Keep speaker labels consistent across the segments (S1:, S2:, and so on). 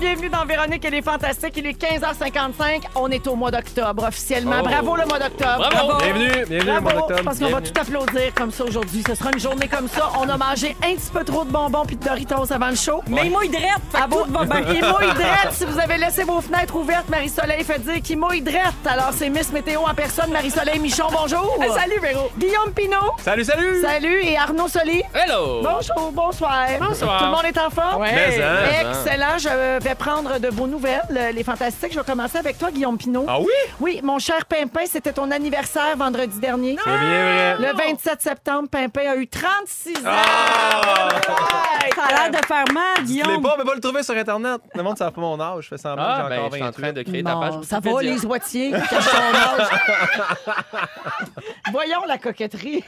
S1: bienvenue dans Véronique et les Fantastiques. Il est 15h55. On est au mois d'octobre officiellement.
S2: Oh.
S1: Bravo le mois d'octobre.
S2: Bravo.
S3: Bienvenue, bienvenue au mois
S1: Bravo,
S3: d'octobre.
S1: parce qu'on va
S3: Bienvenue.
S1: tout applaudir comme ça aujourd'hui. Ce sera une journée comme ça. On a mangé un petit peu trop de bonbons puis de Doritos avant le show. Ah
S4: Mais il mouille drette, fait que
S1: À vos...
S4: tout va bien.
S1: Il mouille drette. Si vous avez laissé vos fenêtres ouvertes, Marie-Soleil fait dire qu'il mouille drette. Alors, c'est Miss Météo en personne. Marie-Soleil Michon, bonjour.
S4: Eh, Salut, Véro.
S1: Guillaume Pinot.
S3: Salut, salut!
S1: Salut. Et Arnaud Soli.
S2: Hello!
S1: Bonjour, bonsoir.
S2: Bonsoir.
S1: Tout le monde est en forme?
S2: Ouais.
S3: Mais, hein?
S1: Excellent. Je vais prendre de vos nouvelles, euh, les fantastiques. Je vais commencer avec toi, Guillaume Pinot.
S3: Ah oui?
S1: Oui, mon cher Pimpin, c'était ton anniversaire vendredi dernier.
S3: C'est
S2: Ah!
S3: bien vrai.
S1: Le 27 septembre, Pimpin a eu 36 ans.
S3: Ah!
S1: Ouais.
S4: Ça a l'air de faire mal,
S3: Je l'ai
S4: Guillaume.
S3: pas, mais va le trouver sur Internet. Le monde ne savent pas mon âge. Je fais semblant
S2: Ah,
S3: que j'ai
S2: ben,
S3: encore
S2: je suis en
S3: 28.
S2: train de créer ta page.
S1: Non, ça va,
S2: Wikipédia.
S1: les oitiers, cache ton âge. Voyons la coquetterie.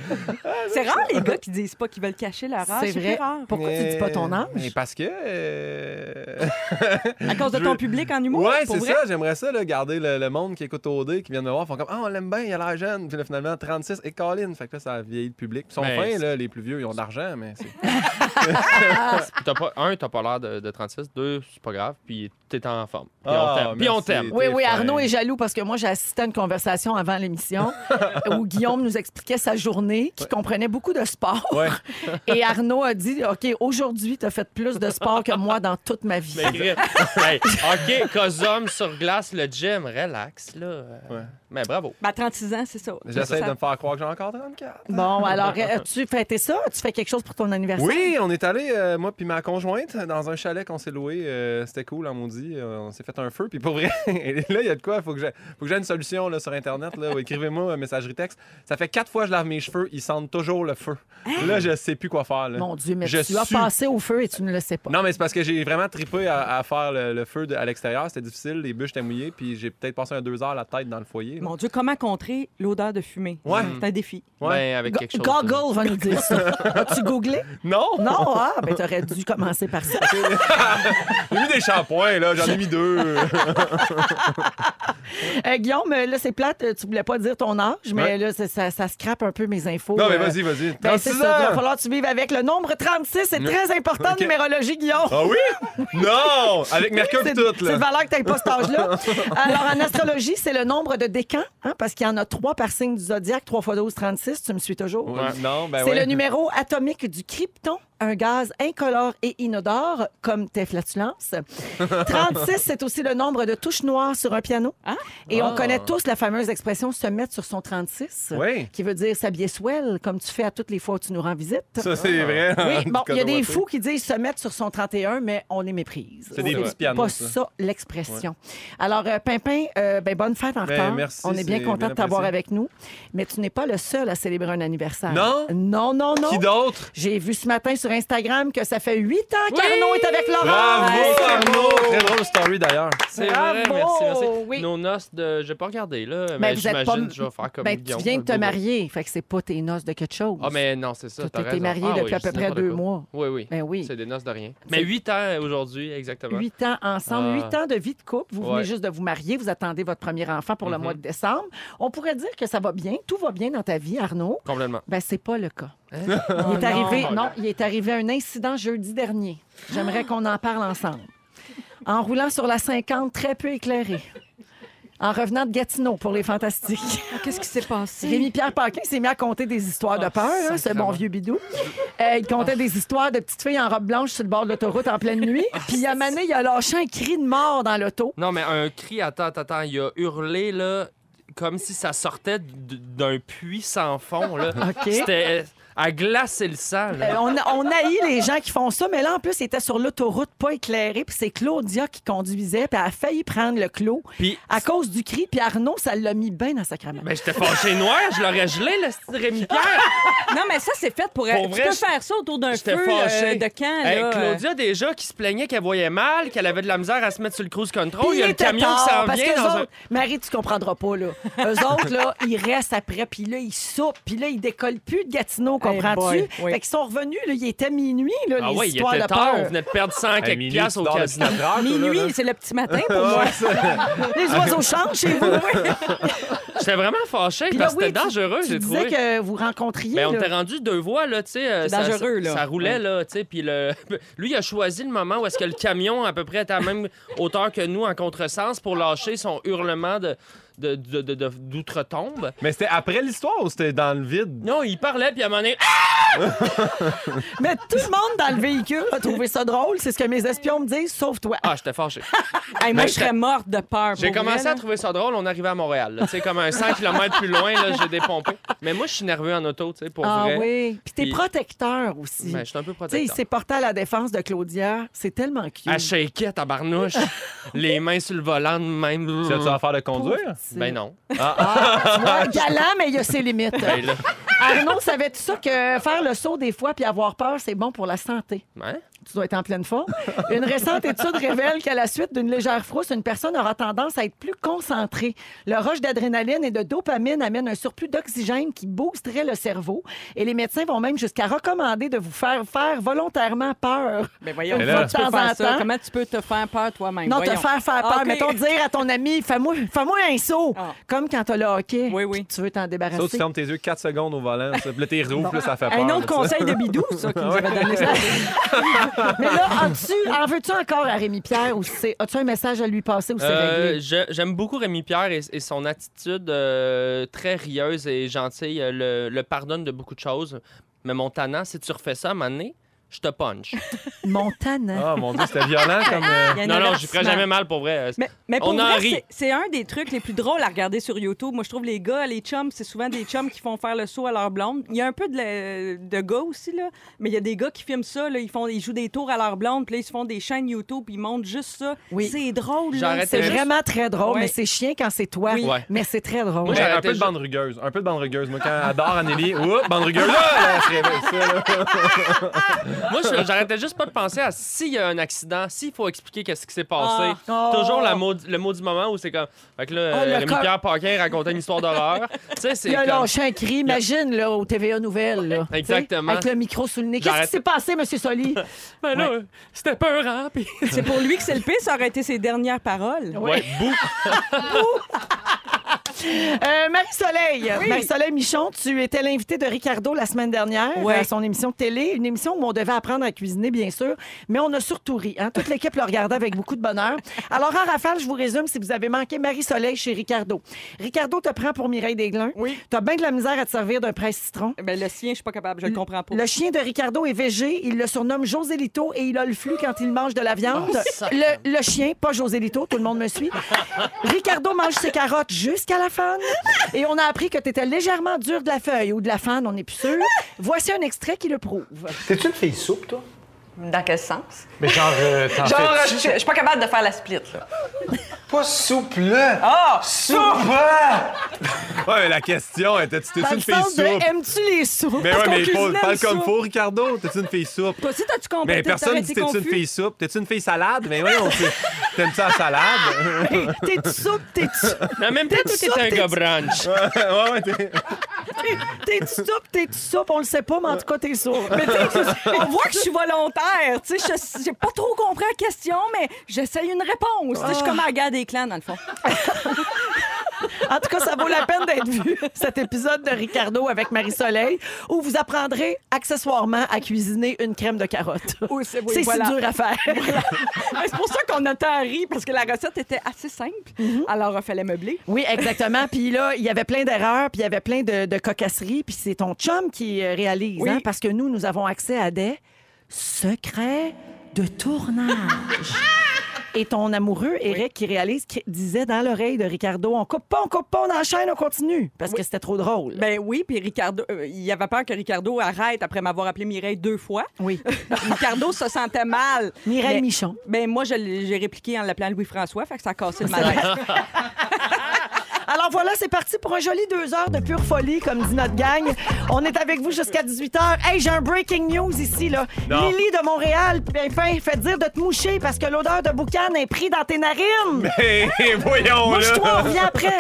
S4: C'est rare les gars qui disent pas qu'ils veulent cacher leur âge.
S1: C'est vrai.
S4: plus rare.
S1: Pourquoi tu dis pas ton
S3: Mais-
S1: âge?
S3: Mais parce que. euh,
S4: À cause de
S3: Je
S4: ton
S3: veux-
S4: public en humour.
S3: ouais,
S4: pour
S3: c'est
S4: vrai.
S3: ça. J'aimerais ça, là, garder le, le monde qui écoute OD, qui vient de me voir, font comme Ah, on l'aime bien, il a l'air jeune. Puis là, finalement, 36 et Colin. Fait que là, ça vieillit le public. Ils sont
S2: Ben,
S3: fins,
S2: c'est-
S3: là, les plus vieux, ils ont de l'argent, mais c'est.
S2: T'as pas, un, t'as pas l'air de, de 36. Deux, c'est pas grave. Puis t'es en forme. Puis
S3: Ah,
S2: on t'aime. Puis on
S3: merci.
S2: t'aime.
S1: Oui,
S3: T'es
S1: oui,
S3: fin.
S1: Arnaud est jaloux parce que moi, j'ai assisté à une conversation avant l'émission où Guillaume nous expliquait sa journée, qui comprenait beaucoup de sport.
S3: Ouais.
S1: Et Arnaud a dit OK, aujourd'hui, tu as fait plus de sport que moi dans toute ma vie.
S3: Ben,
S2: Mais Grip, hey, OK, Cosum sur glace, le gym, relax, là. Euh,
S3: Ouais.
S2: Mais bravo.
S4: Ben, 36 ans, c'est ça.
S3: J'essaie
S4: Ça-
S3: de me faire croire que j'ai encore 34.
S1: Bon, alors, as-tu fêté ça? As-tu fait quelque chose pour ton anniversaire?
S3: Oui, on est allé, euh, moi puis ma conjointe, dans un chalet qu'on s'est loué. euh, C'était cool, on dit. on s'est fait un feu, puis pour vrai, et là, il y a de quoi. Faut que j'ai faut que j'aie une solution là, sur Internet. là, ou Écrivez-moi euh, messagerie texte. Ça fait quatre fois que je lave mes cheveux, ils sentent toujours le feu. Là, je sais plus quoi faire. là.
S1: Hein? Mon Dieu, mais
S3: Je
S1: tu as
S3: suis-
S1: passé au feu et tu ne le sais pas.
S3: Non, mais c'est parce que j'ai vraiment tripé à, à faire le, le feu de- à l'extérieur. C'était difficile, les bûches étaient mouillées, puis j'ai peut-être passé un deux heures la tête dans le foyer. là.
S4: Mon Dieu, comment contrer l'odeur de fumée?
S3: Ouais.
S4: C'est un défi.
S3: Ouais.
S2: Ben, avec
S1: Go-
S2: quelque chose. de-
S1: Goggle va nous dire ça. As-tu googlé?
S3: Non!
S1: Non, ah, ben t'aurais dû commencer par ça.
S3: J'ai mis des shampoings, là, j'en ai mis deux.
S1: Euh, Guillaume, là, c'est plate, euh, tu voulais pas dire ton âge, mais
S3: Ouais.
S1: là, c'est- ça, ça scrape un peu mes infos.
S3: non, mais
S1: Euh,
S3: vas-y, vas-y.
S1: Ben,
S3: 36
S1: c'est ça, il va
S3: ans!
S1: falloir que tu vives avec. Le nombre 36, c'est très important en
S3: Ok.
S1: numérologie, Guillaume.
S3: Ah oui? Non! Avec Mercure
S1: C'est
S3: pis
S1: c'est
S3: tout,
S1: de
S3: là.
S1: valeur que t'aies pas cet âge-là. Alors, en astrologie, c'est le nombre de décans, hein, parce qu'il y en a trois par signe du zodiaque, 3 fois 12, 36. Tu me suis toujours?
S3: Ouais, Non, ben
S1: c'est
S3: ouais.
S1: le numéro atomique du krypton, un gaz incolore et inodore, comme tes flatulences. 36, c'est aussi le nombre de touches noires sur un piano.
S4: Ah.
S1: Et on
S3: Ah.
S1: connaît tous la fameuse expression se mettre sur son 36,
S3: Oui.
S1: qui veut dire s'habiller swell, comme tu fais à toutes les fois où tu nous rends visite.
S3: Ça, c'est vrai.
S1: Oui, bon, il y a des
S3: Cotowaté.
S1: fous qui disent se mettre sur son 31, mais on les méprise.
S3: C'est des
S1: On
S3: petits
S1: n'est
S3: pianos,
S1: pas
S3: ça.
S1: ça, l'expression. Alors, euh, Pimpin, euh, ben, bonne fête en
S3: Ben,
S1: retard.
S3: merci,
S1: on est bien
S3: c'est
S1: content
S3: bien
S1: de t'avoir
S3: apprécié.
S1: avec nous. Mais tu n'es pas le seul à célébrer un anniversaire.
S3: Non?
S1: Non, non, non.
S3: Qui d'autre?
S1: J'ai vu ce matin sur Instagram que ça fait huit ans qu'Arnaud est avec Laurent.
S3: Bravo,
S1: Ah, Ouais,
S3: Arnaud! Très drôle story, d'ailleurs.
S2: C'est
S1: Bravo!
S2: vrai, merci, merci.
S1: Oui.
S2: Nos noces de. J'ai pas regardé, là.
S1: Ben,
S2: Mais,
S1: vous êtes
S2: j'imagine
S1: pas-
S2: je vais faire comme
S1: Ben, tu
S2: Guillaume,
S1: viens de
S2: un
S1: te
S2: beau-
S1: marier, fait que c'est pas tes noces de quelque chose.
S2: Ah, mais non, c'est ça.
S1: Toi,
S2: t'as
S1: t'es
S2: raison.
S1: marié
S2: Ah
S1: depuis
S2: oui,
S1: à peu
S2: c'est
S1: près
S2: n'importe
S1: deux
S2: quoi.
S1: mois.
S2: Oui, oui.
S1: Ben oui.
S2: C'est des noces de rien.
S1: C'est-
S2: Mais 8 ans euh, aujourd'hui, exactement.
S1: Huit ans ensemble,
S2: Ah.
S1: huit ans de vie de couple. Vous venez
S2: Ouais.
S1: juste de vous marier, vous attendez votre premier enfant pour le
S2: Mhm.
S1: mois de décembre. On pourrait dire que ça va bien, tout va bien dans ta vie, Arnaud.
S2: Complètement.
S1: Ben, c'est pas le cas.
S4: Oh
S1: Il est
S4: non.
S1: arrivé,
S2: non.
S1: non, il est arrivé un incident jeudi dernier. J'aimerais qu'on en parle ensemble. En roulant sur la 50, très peu éclairée. En revenant de Gatineau pour les fantastiques.
S4: Qu'est-ce qui s'est passé?
S1: Rémi-Pierre Paquin s'est mis à compter des histoires de
S2: Ah,
S1: peur, hein, ce
S2: sacrément.
S1: bon vieux bidou. Euh, il comptait des histoires de petites filles en robe blanche sur le bord de l'autoroute en pleine nuit.
S2: Ah,
S1: Puis à Mané, il a lâché un cri de mort dans l'auto.
S2: Non, mais un cri, attends, attends, attends, il a hurlé, là, comme si ça sortait d- d'un puits sans fond, là.
S1: OK.
S2: Ah, C'était euh, à glacer le sang,
S1: Euh,
S2: là.
S1: on, a- on haït les gens qui font ça, mais là, en plus, il était sur l'autoroute pas éclairée, puis c'est Claudia qui conduisait, puis elle a failli prendre le clos
S2: Puis,
S1: à cause du cri, puis Arnaud, ça l'a mis bien dans sa cramette.
S2: ben, j'étais fâché noir, je l'aurais gelé, le petit Rémi Pierre.
S1: Ah,
S4: Non, mais ça, c'est fait pour.
S2: Pour
S4: tu
S2: vrai,
S4: peux
S2: je-
S4: faire ça autour d'un
S2: J'étais
S4: feu
S2: fâché.
S4: euh, de camp.
S2: Hey,
S4: là.
S2: Claudia, déjà, qui se plaignait qu'elle voyait mal, qu'elle avait de la misère à se mettre sur le cruise control. Oh, il y a le
S1: était
S2: camion
S1: tard,
S2: qui s'en
S1: parce
S2: vient
S1: qu'eux
S2: dans un.
S1: autres, Marie, tu comprendras pas, là. Eux autres, là, ils restent après, puis là, ils soupent, puis là, ils décollent plus de Gatineau, comprends-tu?
S4: boy, oui.
S1: Fait qu'ils sont revenus, là, il était minuit, là,
S2: Eh Ah
S1: les
S2: ouais, il
S1: histoires
S2: était
S1: de
S2: tard, on
S1: peur.
S2: venait de perdre 100
S3: À
S2: quelques
S3: minuit,
S2: piastres
S3: tu
S2: au
S3: dors depuis
S2: casino.
S3: quatre heures, toi, ah, là,
S4: Minuit,
S3: là.
S4: c'est le petit matin pour moi.
S3: Ouais, ça.
S1: Les oiseaux chantent chez vous, oui.
S2: J'étais vraiment fâché
S1: Puis là,
S2: parce que
S1: oui,
S2: Ben, c'était dangereux,
S1: Tu
S2: j'ai
S1: disais
S2: trouvé.
S1: que vous rencontriez.
S2: Mais Ben, on
S1: là.
S2: était rendu deux voies, là, tu sais. euh,
S4: C'est
S2: ça-
S4: dangereux, là.
S2: Ça, ça roulait,
S4: Ouais.
S2: là, tu sais. Puis le... lui, il a choisi le moment où est-ce que le camion, à peu près, était à la même hauteur que nous, en contresens, pour lâcher son hurlement de de- de- de- de- d'outre-tombe.
S3: Mais c'était après l'histoire ou c'était dans le vide?
S2: non, il parlait, puis à un moment donné,
S1: Mais tout le monde dans le véhicule a trouvé ça drôle. C'est ce que mes espions me disent, sauf toi.
S2: ah, j'étais fâché.
S4: Hey, moi,
S2: Mais
S4: je serais morte de peur.
S2: J'ai
S4: pour
S2: commencé
S4: vrai,
S2: à
S4: là.
S2: trouver ça drôle, on arrivait à Montréal. là. Tu sais, comme un 100 km plus loin, là, j'ai dépompé. Mais moi, je suis nerveux en auto, tu sais, pour
S1: ah
S2: vrai.
S1: oui. Puis t'es
S2: Puis-
S1: protecteur aussi.
S2: Mais je suis un peu
S1: Tu sais, il
S2: protecteur.
S1: s'est porté à la défense de Claudia. C'est tellement cute.
S2: À shaker, tabarnouche. les mains sur le volant, de même.
S3: Tu as-tu affaire de conduire?
S1: Pauvre petit.
S2: Ben non.
S1: Ah, tu vois, galant, mais il a ses limites.
S2: Ben là,
S1: Arnaud, savais-tu ça que faire le saut des fois puis avoir peur, c'est bon pour la santé?
S2: hein?
S1: Tu dois être en pleine forme. Une récente étude révèle qu'à la suite d'une légère frousse, une personne aura tendance à être plus concentrée. Le rush d'adrénaline et de dopamine amène un surplus d'oxygène qui boosterait le cerveau. Et les médecins vont même jusqu'à recommander de vous faire faire volontairement peur.
S4: Mais voyons,
S3: Mais là-
S4: tu peux
S1: De temps en
S4: faire ça.
S1: temps.
S4: Comment tu peux te faire peur toi-même?
S1: Non,
S4: Ben voyons.
S1: te faire faire peur.
S4: Ah, OK.
S1: Mettons, dire à ton ami, fais-moi fais-moi un saut.
S4: Ah.
S1: Comme quand t'as le hockey.
S4: Oui, oui.
S1: puis Tu veux t'en débarrasser.
S3: Ça, tu fermes tes yeux 4 secondes au volant. ça. Puis là, t'es roux, puis là, ça fait peur. Ah
S4: Un
S3: là,
S4: autre
S3: tu sais.
S4: conseil de bidou, ça, qu'il nous avait donné. ça.
S1: Mais là, as-tu, en veux-tu encore à Rémi Pierre ou c'est, as-tu un message à lui passer ou c'est
S2: Euh,
S1: réglé?
S2: je- J'aime beaucoup Rémi Pierre et, et son attitude euh, très rieuse et gentille euh, le, le pardonne de beaucoup de choses. Mais mon tannant, si tu refais ça à un moment donné, je te punch.
S1: Montana.
S3: Ah, mon Dieu, c'était violent comme. euh,
S4: Il y a un
S2: Non, non, je ferai
S4: avertissement.
S2: jamais mal pour vrai.
S4: Mais, mais pour
S2: On en
S4: vrai,
S2: rit.
S4: c'est- c'est un des trucs les plus drôles à regarder sur YouTube. Moi, je trouve les gars, les chums, c'est souvent des chums qui font faire le saut à leur blonde. Il y a un peu de, la- de gars aussi, là. Mais il y a des gars qui filment ça, là. Ils, font, ils jouent des tours à leur blonde, puis là, ils se font des chaînes YouTube, puis ils montrent juste ça.
S1: Oui.
S4: C'est drôle, là.
S2: J'arrête
S1: C'est
S2: mais-
S1: vraiment très drôle,
S4: Ouais.
S1: mais c'est chiant quand c'est toi.
S4: Oui.
S2: Ouais.
S1: Mais c'est très drôle.
S2: Moi,
S3: mais un
S2: j'arrêtais
S3: peu de
S2: juste-
S3: bande rugueuse. Un peu de bande rugueuse. Moi, quand adore Anneli, oups, bande rugueuse, là, là, elle se réveille, ça, là.
S2: Moi, je- j'arrêtais juste pas de penser à s'il y a un accident, s'il faut expliquer qu'est-ce qui s'est passé.
S1: Ah. Oh.
S2: Toujours la maud- le mot du moment où c'est comme. Fait que là, euh,
S1: Oh, le
S2: Rémi
S1: cor-
S2: Pierre Paquin racontait une histoire d'horreur. tu sais, c'est.
S1: Il a
S2: Comme...
S1: lâché un cri, imagine, là, au TVA Nouvelles. là.
S2: Exactement.
S1: Avec le micro sous le nez. Qu'est-ce qui
S2: J'arrête-
S1: s'est passé, M. Soli?
S2: Ben là, c'était peur, hein? Puis...
S4: C'est pour lui que c'est le pire, ça aurait été ses dernières paroles.
S2: Ouais, bouh.
S1: Euh, Marie-Soleil. Marie-Soleil Michon, tu étais l'invitée de Ricardo la semaine dernière
S4: Ouais.
S1: à son émission de télé. Une émission où on devait apprendre à cuisiner, bien sûr, mais on a surtout ri. hein. Toute l'équipe le regardait avec beaucoup de bonheur. Alors, en rafale, je vous résume si vous avez manqué Marie-Soleil chez Ricardo. Ricardo te prend pour Mireille Desglins.
S4: Oui.
S1: T'as bien de la misère à te servir d'un presse citron.
S4: Ben, le sien, je suis pas capable, je le comprends pas.
S1: Le chien de Ricardo est végé, il le surnomme José Lito et il a le flux quand il mange de la viande. le, le chien, pas José Lito, tout le monde me suit. Ricardo mange ses carottes jusqu'à la fan et on a appris que tu étais légèrement dur de la feuille ou de la fan, on n'est plus sûr. Voici un extrait qui le prouve.
S5: T'es-tu une fille souple, toi?
S6: Dans quel sens?
S5: Mais genre, euh, t'en
S6: Genre,
S5: fais-tu?
S6: je je suis pas capable de faire la split, là.
S5: Pas souple! Ah! souple!
S3: Ouais, mais la question était tu t'es
S1: Dans
S3: une
S1: le
S3: fille
S1: sens de
S3: souple?
S1: aimes-tu les soupes?
S3: Mais ouais, mais
S4: qu'on
S3: faut-
S4: cuisine
S3: parle
S4: souple.
S3: comme faut, Ricardo. T'es-tu une fille souple?
S4: Toi aussi, t'as-tu compris?
S3: Mais
S4: T'as- t'aurais
S3: Ben, personne dit
S4: été
S3: t'es-tu une
S4: confus.
S3: fille soupe? T'es-tu une fille salade? Mais ouais, on sait. T'aimes ça la salade?
S1: T'es-tu soupe? T'es-tu
S2: Mais en même temps,
S1: T'es
S2: tout est un
S1: t'es-
S2: gars brunch.
S3: ouais, ouais, t'es-
S1: t'es-tu soupe? T'es-tu soupe? On le sait pas, mais en tout cas, t'es soupe.
S4: Mais tu sais, on voit que je suis volontaire. Tu sais, je- j'ai pas trop compris la question, mais j'essaye une réponse. Tu sais, Je suis comme à la guerre des clans, dans le fond.
S1: En tout cas, ça vaut la peine d'être vu, cet épisode de Ricardo avec Marie-Soleil, où vous apprendrez accessoirement à cuisiner une crème de carotte.
S4: Oui, c'est- oui,
S1: c'est
S4: voilà.
S1: si dur à faire.
S4: Mais c'est pour ça qu'on a tant ri, parce que la recette était assez simple.
S1: Mm-hmm.
S4: Alors, il fallait meubler.
S1: Oui, exactement. Puis là, il y avait plein d'erreurs, puis il y avait plein de, de cocasseries, puis c'est ton chum qui euh, réalise,
S4: Oui.
S1: hein, parce que nous, nous avons accès à des secrets de tournage. Et ton amoureux, Eric, qui réalise, qui disait dans l'oreille de Ricardo, on coupe pas, on coupe pas, on enchaîne, on continue, parce que c'était trop drôle.
S4: Ben oui, puis Ricardo, euh, il avait peur que Ricardo arrête après m'avoir appelé Mireille deux fois.
S1: oui.
S4: Ricardo se sentait mal.
S1: Mireille
S4: Mais-
S1: Michon.
S4: Ben moi, je l'ai- j'ai répliqué en l'appelant Louis-François, fait que ça a cassé le malaise.
S1: Alors voilà, c'est parti pour un joli deux heures de pure folie, comme dit notre gang. On est avec vous jusqu'à 18h. Hey, j'ai un breaking news ici, là.
S3: Non.
S1: Lily de Montréal, enfin, fait dire de te moucher parce que l'odeur de boucan est prise dans tes narines.
S3: Hey, voyons, là.
S1: Mouche-toi, on revient après.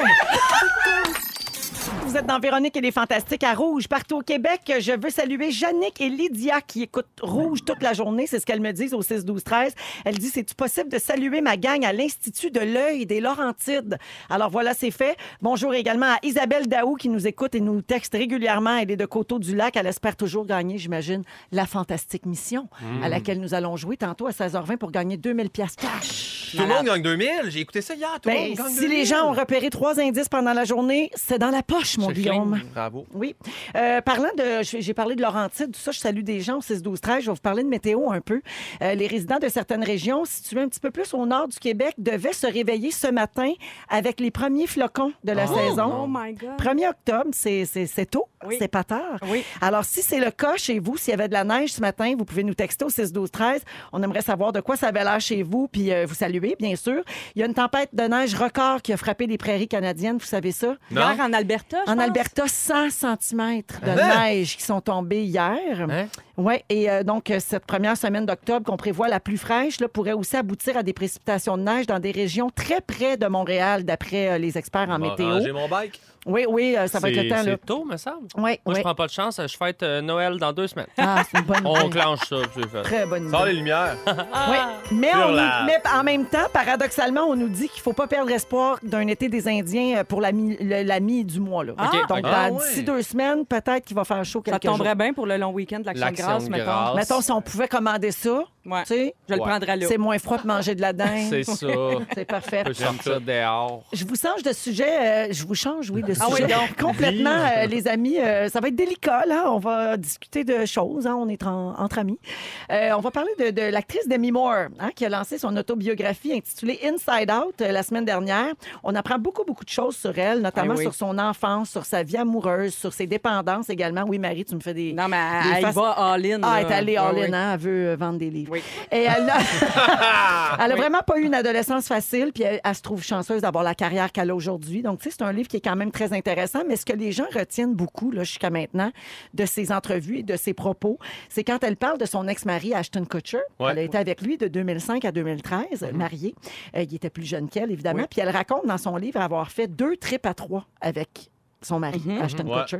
S1: vous êtes dans Véronique et les Fantastiques à Rouge. Partout au Québec, je veux saluer Jannick et Lydia qui écoutent Rouge toute la journée. C'est ce qu'elles me disent au 6-12-13. Elle dit C'est-tu possible de saluer ma gang à l'Institut de l'œil des Laurentides Alors voilà, c'est fait. Bonjour également à Isabelle Daou qui nous écoute et nous texte régulièrement. Elle est de Coteau-du-Lac. Elle espère toujours gagner, j'imagine, la fantastique mission à laquelle nous allons jouer tantôt à 16h20 pour gagner 2000 pièces cash.
S3: Tout le monde gagne 2000. J'ai écouté ça hier. Tout le
S1: Ben,
S3: monde gagne
S1: si les
S3: 2000.
S1: gens ont repéré trois indices pendant la journée, c'est dans la poche, mon
S2: C'est
S1: Guillaume.
S2: clean.
S3: Bravo.
S1: Oui. Euh, parlant de. je- J'ai parlé de Laurentide, tout ça. Je salue des gens au 6, 12, 13. Je vais vous parler de météo un peu. Euh, les résidents de certaines régions situées un petit peu plus au nord du Québec devaient se réveiller ce matin avec les premiers flocons de la
S4: Oh
S1: saison.
S4: my God.
S1: 1er octobre, c'est- c'est c'est tôt,
S4: Oui.
S1: c'est pas tard.
S4: Oui.
S1: Alors, si c'est le cas chez vous, s'il y avait de la neige ce matin, vous pouvez nous texter au 6 12 13 On aimerait savoir de quoi ça avait l'air chez vous, puis euh, vous saluer, bien sûr. Il y a une tempête de neige record qui a frappé les prairies canadiennes, vous savez ça?
S4: Hier en Alberta, je
S1: En
S4: pense.
S1: Alberta, 100 cm de
S3: Hein?
S1: neige qui sont tombés hier.
S2: Ah Hein?
S1: Ouais, et euh, donc, euh, cette première semaine d'octobre qu'on prévoit la plus fraîche là, pourrait aussi aboutir à des précipitations de neige dans des régions très près de Montréal, d'après euh, les experts en
S3: Bon,
S1: météo.
S3: Ah, J'ai mon bike.
S1: Oui, oui, euh, ça va être le
S2: C'est-
S1: temps. Là.
S2: C'est tôt, me semble.
S1: Ouais,
S2: Moi,
S1: ouais.
S2: je prends pas de chance. Je fête euh, Noël dans deux semaines.
S1: Ah, c'est une bonne
S2: On Ah.
S1: idée.
S2: clenche ça, puis c'est fait.
S1: Très bonne idée.
S3: Sors les lumières.
S1: Oui. Mais, on
S3: Hurla.
S1: nous- mais en même temps, paradoxalement, on nous dit qu'il ne faut pas perdre espoir d'un été des Indiens euh, pour la mi, le- la mi du mois. Là.
S4: Ah.
S2: OK,
S1: Donc,
S2: OK.
S3: Ah
S1: dans-
S3: ouais.
S1: d'ici deux semaines, peut-être qu'il va faire chaud
S4: Ça
S1: quelques jours.
S4: tomberait bien pour le long week-end de l'Action de
S2: L'Action
S4: grâce,
S2: de
S4: mettons.
S2: grâce.
S1: Mettons, si on pouvait commander ça,
S4: Ah, Ouais.
S1: tu sais,
S4: Je le
S3: Ouais.
S4: prendrai là.
S1: c'est moins froid de manger de la dinde.
S2: C'est ça. On
S1: C'est parfait.
S2: peut sortir dehors.
S1: Je vous change de sujet. euh, je vous change, oui, de sujet.
S4: Ah oui, donc.
S1: Complètement, euh, les amis. euh, ça va être délicat, là. On va discuter de choses. hein, On est en- entre amis. Euh, on va parler de, de l'actrice Demi Moore, hein, qui a lancé son autobiographie intitulée Inside Out euh, la semaine dernière. On apprend beaucoup, beaucoup de choses sur elle, notamment
S4: Ah oui.
S1: sur son enfance, sur sa vie amoureuse, sur ses dépendances également. Oui, Marie, tu me fais des.
S4: Non, mais
S1: des
S4: elle, elle
S1: faces-
S4: va all-in.
S1: Ah, elle
S4: là.
S1: est allée all
S4: Ouais,
S1: in,
S4: ouais.
S1: hein, elle veut euh, vendre des livres.
S4: Oui.
S1: Et elle a, elle a vraiment pas eu une adolescence facile, puis elle, elle se trouve chanceuse d'avoir la carrière qu'elle a aujourd'hui. Donc, tu sais, c'est un livre qui est quand même très intéressant, mais ce que les gens retiennent beaucoup, là, jusqu'à maintenant, de ses entrevues et de ses propos, c'est quand elle parle de son ex-mari, Ashton Kutcher.
S3: Ouais.
S1: Elle a été avec lui de 2005 à 2013, mariée. Euh, il était plus jeune qu'elle, évidemment. Puis elle raconte dans son livre avoir fait deux trips à trois avec son mari, Ashton
S3: Ouais.
S1: Kutcher.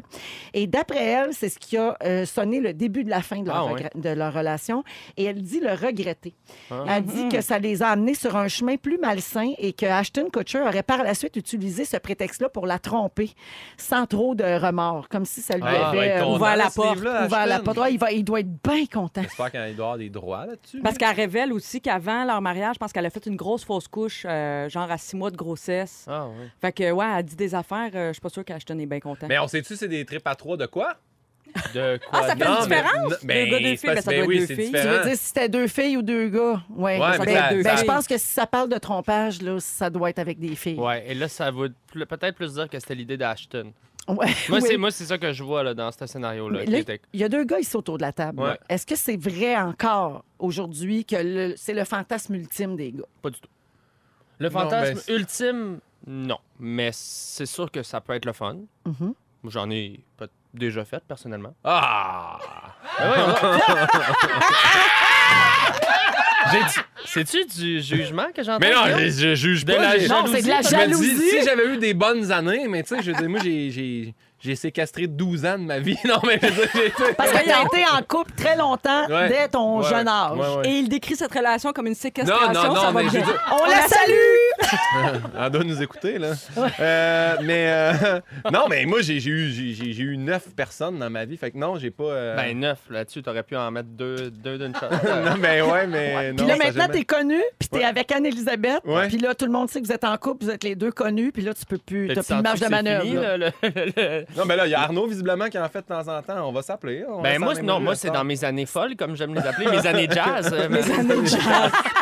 S1: Et d'après elle, c'est ce qui a euh, sonné le début de la fin de leur,
S2: Ah, ouais.
S1: regret- de leur relation. Et elle dit le regretter.
S2: Ah.
S1: Elle dit que ça les a amenés sur un chemin plus malsain et que Ashton Kutcher aurait par la suite utilisé ce prétexte-là pour la tromper sans trop de remords, comme si ça lui
S3: Ah, il va
S1: avait
S3: être
S1: euh,
S3: content,
S1: ouvert la
S3: ce
S1: porte.
S3: livre-là,
S1: ouvert la
S3: Ashton.
S1: porte. Ouais, il, va, il doit être bien content.
S3: J'espère qu'il doit y avoir des droits là-dessus.
S4: Parce qu'elle révèle aussi qu'avant leur mariage, je pense qu'elle a fait une grosse fausse couche, euh, genre à six mois de grossesse.
S2: Ah, oui.
S4: Fait que, ouais, elle dit des affaires. euh, je suis pas sûre qu'Ashton est bien content.
S3: Mais on sait-tu, c'est des trips à trois de quoi?
S2: De quoi
S4: Ah, ça fait
S2: donc?
S4: une différence?
S3: mais-
S4: Deux gars, deux
S3: mais c'est
S4: filles, ben,
S3: parce-
S4: ça doit être
S3: oui,
S4: deux
S3: c'est
S4: filles.
S1: Tu
S3: différent.
S1: veux dire si c'était deux filles ou deux gars?
S3: Ouais,
S1: Ouais, ça
S4: mais
S1: doit
S4: ça-
S1: être deux
S4: ça-
S1: Ben, je pense que si ça parle de trompage, là, ça doit être avec des filles.
S2: Ouais, et là, ça va pl- peut-être plus dire que c'était l'idée d'Ashton.
S1: Ouais,
S2: Moi,
S1: oui.
S2: c'est- moi, c'est ça que je vois là, dans ce scénario-là.
S1: Mais
S2: qui
S1: là,
S2: était-
S1: il y a deux gars ici autour de la table.
S3: Ouais.
S1: là. Est-ce que c'est vrai encore aujourd'hui que le- c'est le fantasme ultime des gars?
S2: Pas du tout. Le
S3: Non,
S2: fantasme
S3: ben, c'est-
S2: ultime, non. Mais c'est sûr que ça peut être le fun.
S1: Mhm.
S2: J'en ai pas- déjà fait, personnellement.
S3: Ah!
S1: Ah!
S2: J'ai dit- C'est-tu du jugement que j'entends?
S3: Mais non,
S2: Guillaume?
S3: je, je juge
S2: De
S3: pas.
S2: la
S3: j'ai-
S2: jalousie.
S1: Non, c'est de la
S3: Je me dis,
S1: jalousie.
S3: si j'avais eu des bonnes années, mais tu sais, je veux dire, moi, j'ai- j'ai j'ai séquestré 12 ans de ma vie. Non, mais je veux dire, j'ai été-
S1: Parce que t'as été en couple très longtemps
S3: Ouais.
S1: dès ton
S3: Ouais.
S1: jeune âge.
S3: Ouais, ouais.
S4: Et il décrit cette relation comme une
S3: Non,
S4: séquestration.
S3: non,
S4: ça
S3: non,
S4: va
S3: mais je
S4: bien.
S3: veux dire,
S1: On, la salue!
S3: Elle doit nous écouter, là. Euh, mais euh, non, mais moi, j'ai j'ai eu, j'ai- j'ai- j'ai eu neuf personnes dans ma vie. Fait que non, j'ai pas. euh,
S2: Ben, neuf là-dessus, t'aurais pu en mettre deux deux d'une shot.
S3: non, ben ouais, mais.
S1: Puis
S3: non,
S1: là,
S3: ça,
S1: maintenant,
S3: jamais-
S1: t'es connu, puis t'es
S3: Ouais.
S1: avec Anne-Elisabeth.
S3: Ouais.
S1: Puis là, tout le monde sait que vous êtes en couple, vous êtes les deux connus, puis là, tu peux plus, t'as plus de marge de manœuvre. là.
S3: Non, mais là, il y a Arnaud, visiblement, qui en fait de temps en temps. On va s'appeler. on
S2: Ben
S3: reste
S2: moi,
S3: en
S2: c'est-
S3: même
S2: non,
S3: lieu,
S2: moi
S3: le
S2: c'est
S3: soir.
S2: dans mes années folles, comme j'aime les appeler, mes années jazz. euh, mais-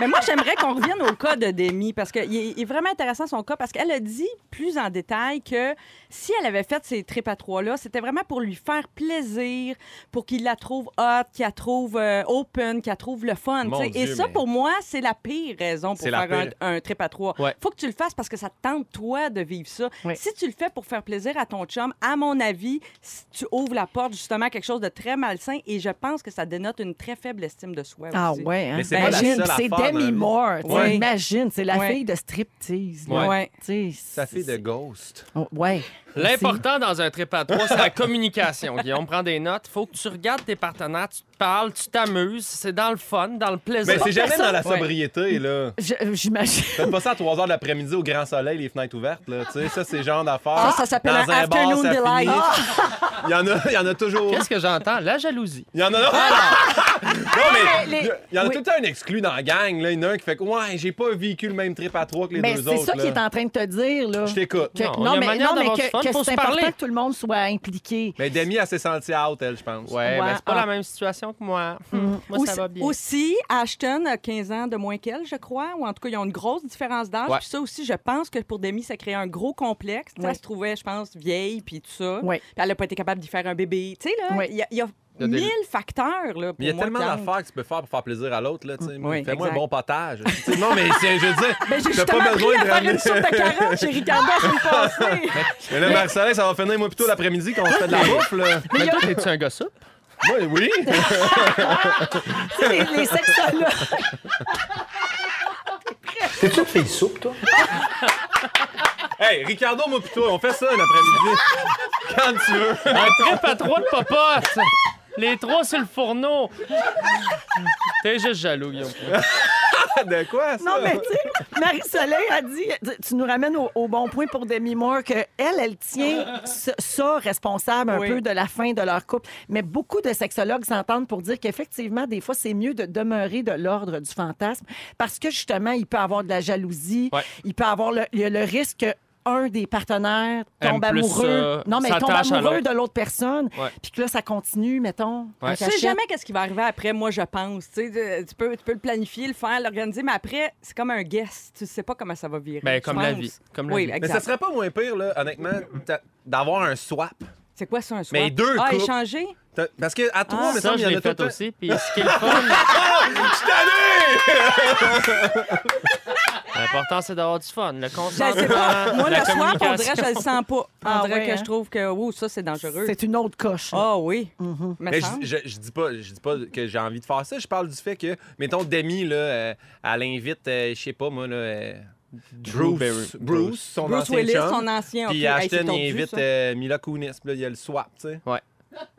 S4: Mais moi, j'aimerais qu'on revienne au cas de Demi, parce qu'il est, il est vraiment intéressant son cas, parce qu'elle a dit plus en détail que si elle avait fait ces trips à trois-là, c'était vraiment pour lui faire plaisir, pour qu'il la trouve hot, qu'il la trouve euh, open, qu'il la trouve le fun.
S3: Mon
S4: tu sais. Et
S3: Dieu,
S4: ça,
S3: mais-
S4: pour moi, c'est la pire raison pour
S3: C'est la
S4: faire un,
S3: pire.
S4: un trip à trois.
S2: Ouais.
S4: faut que tu le fasses parce que ça te tente, toi, de vivre ça.
S1: Oui.
S4: Si tu le fais pour faire plaisir à ton chum, à mon avis, si tu ouvres la porte justement à quelque chose de très malsain, et je pense que ça dénote une très faible estime de soi.
S1: Ah
S4: aussi.
S1: ouais, hein?
S3: Mais c'est
S4: pas la
S1: Imagine,
S3: seule
S1: puis c'est
S3: affaire,
S1: Demi
S3: Marie.
S1: Moore, tu sais,
S4: Ouais.
S1: imagine, c'est la
S4: Ouais.
S1: fille de striptease. là.
S4: Ouais.
S1: Tu sais,
S3: Ça fait de
S1: c'est-
S3: Ghost.
S1: Oh, Ouais.
S2: L'important dans un trip à trois, c'est la communication. Guillaume, prend des notes. Faut que tu regardes tes partenaires, tu te parles, tu t'amuses. C'est dans le fun, dans le plaisir.
S3: Mais c'est jamais dans la
S2: Ouais.
S3: sobriété, là.
S1: Je- J'imagine.
S3: Faites pas ça à 3 h de l'après-midi au grand soleil, les fenêtres ouvertes, là. Tu sais, ça, c'est le genre d'affaires.
S1: Ah, ça s'appelle
S3: Dans
S1: un
S3: bar,
S1: afternoon
S3: ça
S1: delight.
S3: finit. Il y en a, il y en a toujours.
S2: Qu'est-ce que j'entends? La jalousie.
S3: Il y en a. non, mais
S1: Ah, les-
S3: il y en a
S1: oui.
S3: tout le temps un exclu dans la gang, là. Il y en a un qui fait que, ouais, j'ai pas vécu le même trip à trois que les
S1: Mais
S3: deux
S1: c'est
S3: autres.
S1: ça qui
S3: là.
S1: est en train de te dire, là.
S3: Je t'écoute.
S1: Que-
S2: Non, il y a une manière d'avoir du
S1: que,
S2: fun,
S1: que
S2: faut
S1: c'est
S2: se
S1: important
S2: parler.
S1: que tout le monde soit impliqué.
S3: Mais Demi, elle s'est sentie out, elle, je pense.
S2: Ouais, mais c'est pas
S1: ah.
S2: la même situation que moi. Moi, ça
S4: aussi,
S2: va bien.
S4: aussi, Ashton a 15 ans de moins qu'elle, je crois, ou en tout cas, ils ont une grosse différence d'âge.
S2: Ouais.
S4: Puis ça aussi, je pense que pour Demi, ça crée un gros complexe. Tu sais,
S1: Oui.
S4: Elle se trouvait, je pense, vieille, puis tout ça.
S1: Oui.
S4: Puis elle n'a pas été capable d'y faire un bébé. Tu sais, là, il
S1: Oui.
S4: y a, il y a
S2: Il y a des-
S4: mille facteurs. Là, pour
S3: Mais il y a
S4: moi,
S3: tellement
S4: qui entrent.
S3: d'affaires que tu peux faire pour faire plaisir à l'autre, là. tu sais.
S4: Oui,
S3: Fais-moi un
S4: exact.
S3: bon potage. Tu sais, non, mais c'est- je veux dire,
S4: J'ai
S3: t'as
S4: justement
S3: pas
S4: appris
S3: besoin
S4: à
S3: de
S4: faire
S3: ramener.
S4: une soupe de carottes chez Ricardo la semaine passée.
S3: Mais là, Marc-Soleil, ça va finir, moi, plutôt l'après-midi quand on se fait de la bouffe, là.
S2: Mais toi, t'es-tu un gars souple?
S3: Oui, oui.
S1: Tu sais, les, les sexologues.
S5: T'es-tu une fille soupe, toi?
S3: Hey, Ricardo, moi, plutôt, on fait ça un après-midi. Quand tu veux.
S2: Un trip à trois de popote! Les trois sur le fourneau! T'es juste jaloux, Guillaume.
S3: De quoi, ça?
S1: Non, mais tu sais, Marie-Soleil a dit, tu- tu nous ramènes au, au bon point pour Demi Moore, que elle, elle tient ce- ça responsable un
S4: Oui.
S1: peu de la fin de leur couple. Mais beaucoup de sexologues s'entendent pour dire qu'effectivement, des fois, c'est mieux de demeurer de l'ordre du fantasme parce que justement, il peut avoir de la jalousie,
S2: Ouais.
S1: il peut avoir le, il y a le risque que un des partenaires tombe
S2: Aime plus
S1: amoureux.
S2: ça,
S1: non, mais tombe
S2: s'attache à
S1: amoureux
S2: l'autre.
S1: de l'autre personne.
S2: Ouais.
S1: Puis que là, ça continue, mettons. en
S4: Tu
S2: Ouais.
S4: sais
S1: cachette.
S4: jamais qu'est-ce qui va arriver après, moi, je pense. Tu, sais, tu peux, tu peux le planifier, le faire, l'organiser, mais après, c'est comme un guess. Tu sais pas comment ça va virer.
S2: Ben,
S4: je
S2: comme la
S4: pense.
S2: vie, comme la
S4: oui,
S2: vie.
S3: Mais
S4: exact.
S3: ça serait pas moins pire, là, honnêtement, t'a- d'avoir un swap.
S4: C'est quoi ça, un swap?
S3: Mais deux
S4: Ah,
S3: couples.
S4: échanger?
S3: T'as- Parce que à trois, Oh, mais
S2: Ah. Ça, je
S3: il y en
S2: l'ai
S3: a tout le
S2: fait
S3: temps-
S2: aussi. Puis ce qui est le fun,
S3: Je suis tanné!
S2: l'important, c'est d'avoir du fun. Le consentement,
S4: Je sais Ben, pas. Moi,
S2: la
S4: le swap, on dirait
S2: communication.
S4: que je le sens pas.
S1: Ah,
S4: on dirait
S1: ouais,
S4: que
S1: hein?
S4: je trouve que, ouh, ça, c'est dangereux.
S1: C'est Mm-hmm. une autre coche. là.
S4: Ah oui. Me
S3: Mais
S4: semble.
S3: je, je- je dis pas, je dis pas que j'ai envie de faire ça. Je parle du fait que, mettons, Demi, là, euh, elle invite, euh, je sais pas moi, là, euh, Bruce, Bruce, son
S4: Bruce
S3: ancien
S4: Willis,
S3: chum.
S4: son ancien.
S3: Puis
S4: ok. Hey, c'est
S3: Ashton, il
S4: tordu,
S3: invite
S4: ça.
S3: euh, Mila Kunis. Puis là, il y a le swap, tu sais.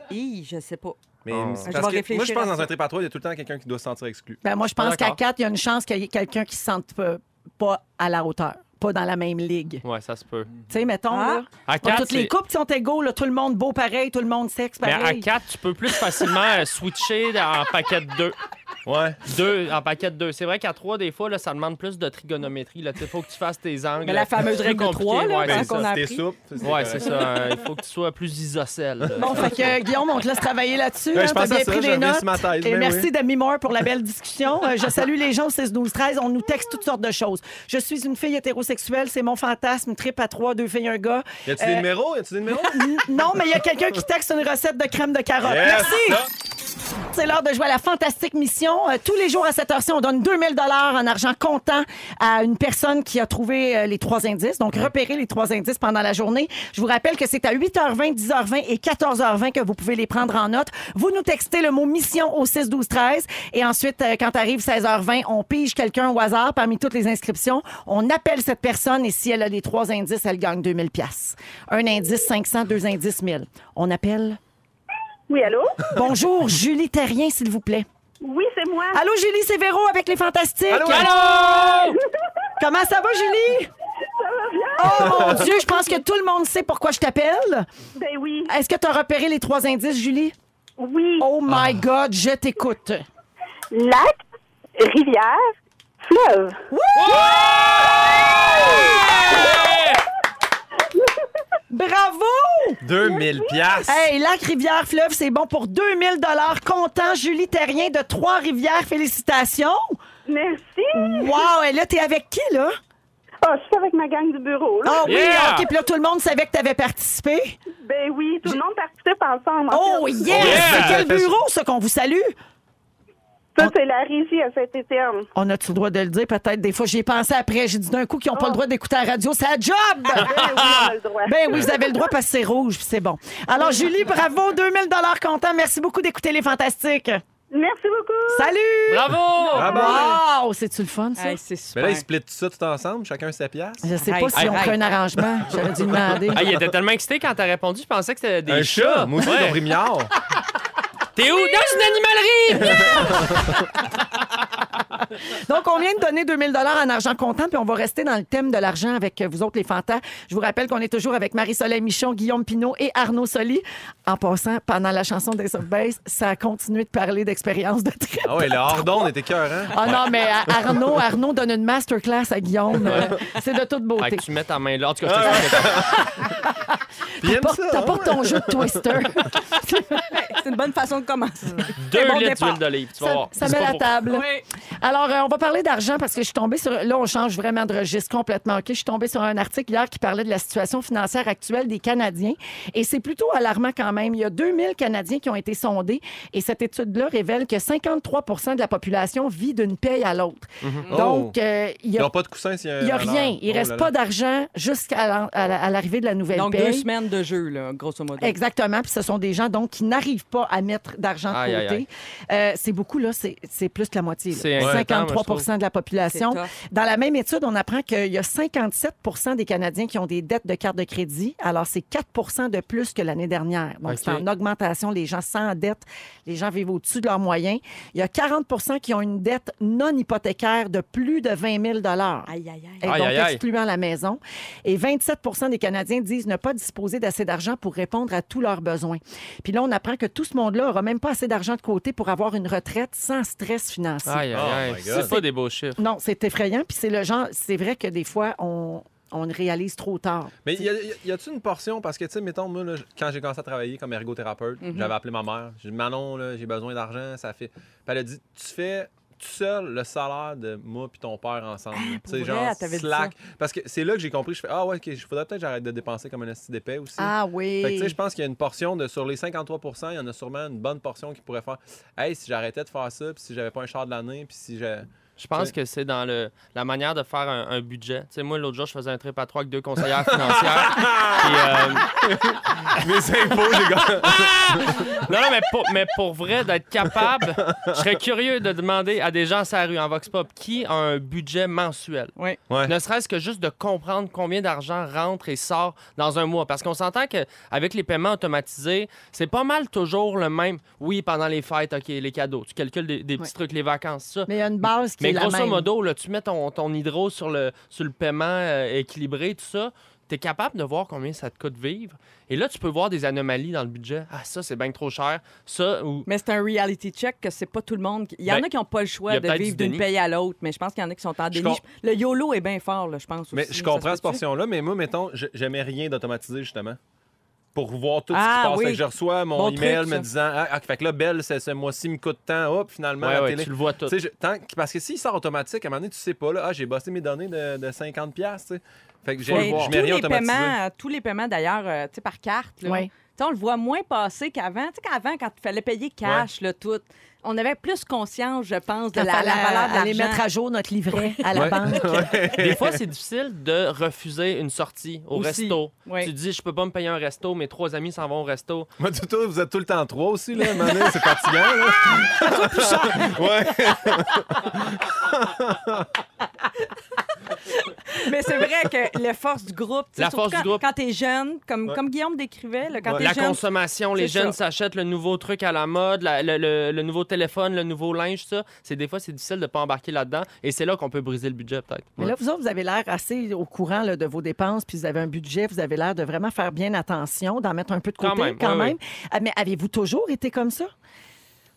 S4: Hi, je sais pas.
S3: Mais
S2: Oh.
S3: c'est
S4: Je
S3: parce
S4: vais
S3: que moi, je
S4: réfléchir
S3: pense
S4: à
S3: dans
S4: ça.
S3: un trip à trois, il y a tout le temps quelqu'un qui doit se sentir exclu.
S1: Ben, moi, je
S2: Pas
S1: pense qu'à
S2: Ah, d'accord.
S1: 4, il y a une chance qu'il y ait quelqu'un qui se sente pas, pas à la hauteur, pas dans la même ligue.
S2: Ouais, ça se peut.
S1: Tu sais, mettons,
S4: Ah.
S1: là,
S2: À
S1: pas
S2: quatre,
S1: toutes les
S2: c'est-
S1: couples qui sont égaux, là, tout le monde beau pareil, tout le monde sexe
S2: Mais à
S1: pareil.
S2: 4, tu peux plus facilement euh, switcher en paquet de 2.
S3: Ouais.
S2: Deux, en paquet de 2. C'est vrai qu'à 3, des fois, là, ça demande plus de trigonométrie. Il faut que tu fasses tes angles.
S4: Mais la fameuse
S2: plus
S4: règle de
S2: compliqués.
S4: trois, là,
S2: Ouais,
S4: quand
S2: c'est
S4: qu'on
S2: ça.
S4: a
S3: C'était
S4: appris.
S3: Ben, souple.
S2: Ouais, c'est ça. hein. Il faut que tu sois plus isocèle. là.
S1: Bon, fait que euh, Guillaume, on te laisse travailler là-dessus.
S3: Ouais,
S1: hein,
S3: Ben, je
S1: T'as
S3: pensais à
S1: bien
S3: ça,
S1: pris des
S3: j'avais
S1: notes.
S3: sur ma tête,
S1: Et
S3: ben
S1: merci,
S3: oui.
S1: Demi Moore, pour la belle discussion. Euh, je salue les gens au 16 12 13 On nous texte toutes sortes de choses. Je suis une fille hétérosexuelle, c'est mon fantasme. Trip à trois, deux filles, un gars.
S3: Y a-tu des numéros? Y a-tu des numéros?
S1: N- non, mais il y a quelqu'un qui texte une recette de crème de carotte.
S3: Yes!
S1: Merci! C'est l'heure de jouer à la fantastique mission. Euh, tous les jours à cette heure-ci, on donne 2000 dollars en argent comptant à une personne qui a trouvé euh, les trois indices. Donc, repérez les trois indices pendant la journée. Je vous rappelle que c'est à 8h20, 10h20 et 14h20 que vous pouvez les prendre en note. Vous nous textez le mot mission au 6 12 13 et ensuite, euh, quand arrive 16h20, on pige quelqu'un au hasard parmi toutes les inscriptions. On appelle cette personne et si elle a les trois indices, elle gagne 2000 pièces. Un indice 500, deux indices 1000. On appelle.
S7: Oui, allô?
S1: Bonjour, Julie Terrien, s'il vous plaît.
S7: Oui, c'est moi.
S1: Allô, Julie, c'est Véro avec les Fantastiques.
S2: Allô!
S1: Comment ça va, Julie? Ça va bien. Oh mon Dieu, je pense que tout le monde sait pourquoi je t'appelle.
S7: Ben oui.
S1: Est-ce que tu as repéré les trois indices, Julie?
S7: Oui.
S1: Oh my God, je t'écoute.
S7: Lac, rivière, fleuve.
S1: Bravo!
S3: 2000 piastres.
S1: Hey, Lac, Rivière, Fleuve, c'est bon pour 2000 Comptant Julie Terrien de Trois-Rivières. Félicitations.
S7: Merci.
S1: Wow, et là, t'es avec qui, là?
S7: Ah, je suis avec ma gang du bureau. Là.
S1: Ah oui,
S2: Yeah!
S1: OK, puis là, tout le monde savait que t'avais participé.
S7: Ben oui, tout le monde participe ensemble. en
S1: Oh
S7: fait.
S1: yes!
S2: Yeah!
S1: C'est quel bureau, ça, qu'on vous salue?
S7: Ça, c'est la régie à cet été.
S1: On a-tu le droit de le dire, peut-être? Des fois, j'y ai pensé après. J'ai dit d'un coup qu'ils n'ont pas
S4: Ah.
S1: le droit d'écouter la radio. C'est la job!
S7: Ben oui, on a le droit.
S1: Ben oui, vous avez le droit parce que c'est rouge, puis c'est bon. Alors, Julie, bravo, 2000 comptant. Merci beaucoup d'écouter Les Fantastiques.
S7: Merci beaucoup.
S1: Salut!
S2: Bravo!
S3: Ah,
S1: Wow! C'est-tu le fun, ça?
S4: Hey, c'est
S3: Mais
S4: super.
S3: Ben là, ils split tout ça tout ensemble, chacun sa pièce.
S1: Je sais pas
S4: Hey,
S1: si
S4: hey,
S1: on fait un arrangement. J'aurais dû demander.
S2: Ah, il était tellement excité quand t'as répondu, je pensais que c'était des
S3: Un
S2: chats.
S3: chat! Moi aussi,
S2: Ouais.
S3: ton brimiard!
S2: T'es où? Dans une animalerie!
S1: Donc, on vient de donner 2000 dollars en argent comptant, puis on va rester dans le thème de l'argent avec euh, vous autres, les fantas. Je vous rappelle qu'on est toujours avec Marie-Soleil Michon, Guillaume Pinot et Arnaud Soli. En passant, pendant la chanson des of Base, ça a continué de parler d'expérience de traite.
S3: Ah ouais, le hardon était cœur, hein?
S1: Ah non, mais euh, Arnaud, Arnaud donne une masterclass à Guillaume. Euh, C'est de toute
S2: Fait
S1: beauté.
S2: que tu mets ta main là. En tout cas,
S3: Ah.
S2: je te dis-
S3: Puis il aime
S1: Porte-
S3: ça, hein,
S1: T'apportes ton jeu de Twister.
S4: C'est une bonne façon de commencer.
S1: Mm.
S2: deux
S4: bon
S2: litres
S4: départ.
S2: d'huile d'olive, tu vas
S1: Ça,
S2: voir.
S1: ça
S2: C'est
S1: met
S2: pas
S1: la
S2: pour-
S1: table.
S4: Oui.
S1: Alors, euh, on va parler d'argent parce que je suis tombée sur. Là, on change vraiment de registre complètement. OK? Je suis tombée sur un article hier qui parlait de la situation financière actuelle des Canadiens. Et c'est plutôt alarmant quand même. Il y a 2000 Canadiens qui ont été sondés. Et cette étude-là révèle que 53 de la population vit d'une paye à l'autre. Donc, euh, il y
S3: Ils
S1: a
S3: n'ont pas de coussin s'il y a
S1: il n'y a
S3: un
S1: rien. Il
S3: Oh
S1: ne reste
S3: là
S1: pas
S3: là.
S1: d'argent jusqu'à l'en- à la- à l'arrivée de la nouvelle
S4: Donc,
S1: paye.
S4: deux semaines de jeu, là, grosso modo.
S1: Exactement. Puis ce sont des gens donc qui n'arrivent pas à mettre d'argent de
S2: Aïe, aïe,
S1: côté. Euh, c'est beaucoup, là. C'est c'est plus que la moitié. là.
S2: C'est inquiétant, moi, je
S1: 53 de la population.
S4: C'est tough.
S1: Dans la même étude, on apprend qu'il y a 57 des Canadiens qui ont des dettes de carte de crédit. Alors, c'est 4 de plus que l'année dernière. Donc,
S2: OK.
S1: c'est en augmentation. Les gens sans dette, les gens vivent au-dessus de leurs moyens. Il y a 40 qui ont une dette non hypothécaire de plus de 20 000
S4: Aïe, aïe, aïe.
S1: et
S2: Aïe,
S1: donc
S2: aïe, aïe.
S1: excluant la maison. Et 27 des Canadiens disent ne pas disposer d'assez d'argent pour répondre à tous leurs besoins. Puis là, on apprend que tout ce monde-là n'aura même pas assez d'argent de côté pour avoir une retraite sans stress financier.
S2: Aïe, aïe,
S3: Oh
S2: aïe.
S3: my God.
S2: C'est pas des beaux chiffres.
S1: Non, c'est effrayant. Puis c'est le genre, c'est vrai que des fois, on, on le réalise trop tard.
S3: Mais y a- y a- y a-tu une portion? Parce que, tu sais, mettons, moi, là, j- quand j'ai commencé à travailler comme ergothérapeute,
S1: Mhm.
S3: j'avais appelé ma mère. J'ai dit, Manon, là, j'ai besoin d'argent, ça fait. Puis elle a dit, tu fais tout seul le salaire de moi puis ton père ensemble.
S1: Ah,
S3: tu sais,
S4: vrai,
S3: genre,
S4: elle t'avait dit
S3: slack. Parce que c'est là que j'ai compris. Je fais, ah ouais, OK, il faudrait peut-être que j'arrête de dépenser comme un esti d'épais aussi.
S1: Ah
S3: Fait que, tu
S1: oui.
S3: sais, je pense qu'il y a une portion de sur les 53 il y en a sûrement une bonne portion qui pourrait faire Hey, si j'arrêtais de faire ça, puis si j'avais pas un char de l'année, puis si j'ai.
S2: Je pense que c'est dans le, la manière de faire un, un budget. Tu sais, moi, l'autre jour, je faisais un trip à trois avec deux conseillères financières. Puis, euh,
S3: Mes impôts, les gars!
S2: Non, non, mais pour, mais pour vrai, d'être capable, je serais curieux de demander à des gens sur la rue en Vox Pop qui a un budget mensuel.
S4: Oui.
S3: Ouais.
S2: Ne serait-ce que juste de comprendre combien d'argent rentre et sort dans un mois. Parce qu'on s'entend qu'avec les paiements automatisés, c'est pas mal toujours le même. Oui, pendant les fêtes, OK, les cadeaux. Tu calcules des, des petits
S1: Ouais.
S2: trucs, les vacances, ça.
S1: Mais il y a une base qui
S2: Mais
S1: est la
S2: grosso
S1: même.
S2: modo, là, tu mets ton, ton hydro sur le, sur le paiement euh, équilibré, tout ça. Tu es capable de voir combien ça te coûte vivre. Et là, tu peux voir des anomalies dans le budget. Ah, ça, c'est bien trop cher. Ça, ou.
S4: Mais c'est un reality check que c'est pas tout le monde. qui- Il y en
S2: Ben,
S4: a qui n'ont pas le
S2: il y
S4: choix
S2: a
S4: de
S2: peut-être du
S4: vivre d'une
S2: déni.
S4: paye à l'autre, mais je pense qu'il y en a qui sont en déni.
S3: com-
S4: Je- Le YOLO est bien fort, là, je pense.
S3: Mais
S4: aussi,
S3: je
S4: ça
S3: comprends
S4: se
S3: cette
S4: peut-tu?
S3: portion-là, mais moi, mettons, je- j'aimais rien d'automatiser, justement. Pour voir tout
S4: Ah,
S3: ce qui se passe.
S4: oui.
S3: Fait que je reçois mon
S4: Bon
S3: email
S4: truc,
S3: me
S4: ça.
S3: disant ah, ah, fait que là, Belle, ce, ce mois-ci me coûte tant. Hop, finalement,
S2: Ouais,
S3: la
S2: ouais,
S3: télé.
S2: tu le vois tout.
S3: Tu sais, je- tant que- parce que s'il sort automatique, à un moment donné, tu sais pas, là, ah, j'ai bossé mes données de, de 50$, piastres, tu sais. Fait que j'ai-
S4: Mais
S3: je
S4: Ben, tous,
S3: mets rien
S4: les
S3: automatisé.
S4: paiements, euh, tous les paiements, d'ailleurs, euh, tu sais, par carte, là,
S1: Ouais.
S4: tu sais, on le voit moins passer qu'avant. Tu sais, qu'avant, quand il fallait payer cash, là, tout, on avait plus conscience, je pense, de
S1: Il
S4: la,
S1: fallait
S4: la valeur de
S1: aller
S4: l'argent.
S1: mettre à jour notre livret à la
S3: Ouais.
S1: banque.
S2: Des fois, c'est difficile de refuser une sortie au
S4: Aussi,
S2: resto.
S4: ouais.
S2: Tu dis, je peux pas me payer un resto, mes trois amis s'en vont au resto.
S3: Moi, tout, tout, vous êtes tout le temps trois aussi, là. à un moment donné, c'est fatigant, là. Ouais.
S4: Mais c'est vrai que la force du groupe, tu sais,
S2: La
S4: surtout
S2: force du
S4: quand,
S2: groupe.
S4: quand t'es jeune, comme, comme Guillaume décrivait, là, quand
S3: Ouais.
S4: Ah, t'es
S2: la
S4: jeune,
S2: consommation, les
S4: c'est
S2: jeunes
S4: ça.
S2: s'achètent le nouveau truc à la mode, la- le, le- le nouveau téléphone, le nouveau linge, ça. C'est des fois, c'est difficile de pas embarquer là-dedans. Et c'est là qu'on peut briser le budget, peut-être.
S1: Mais là, vous autres, vous avez l'air assez au courant là, de vos dépenses, puis vous avez un budget, vous avez l'air de vraiment faire bien attention, d'en mettre un peu de
S2: Quand
S1: côté quand même.
S2: même, oui,
S1: Ah, Mais avez-vous toujours été comme ça?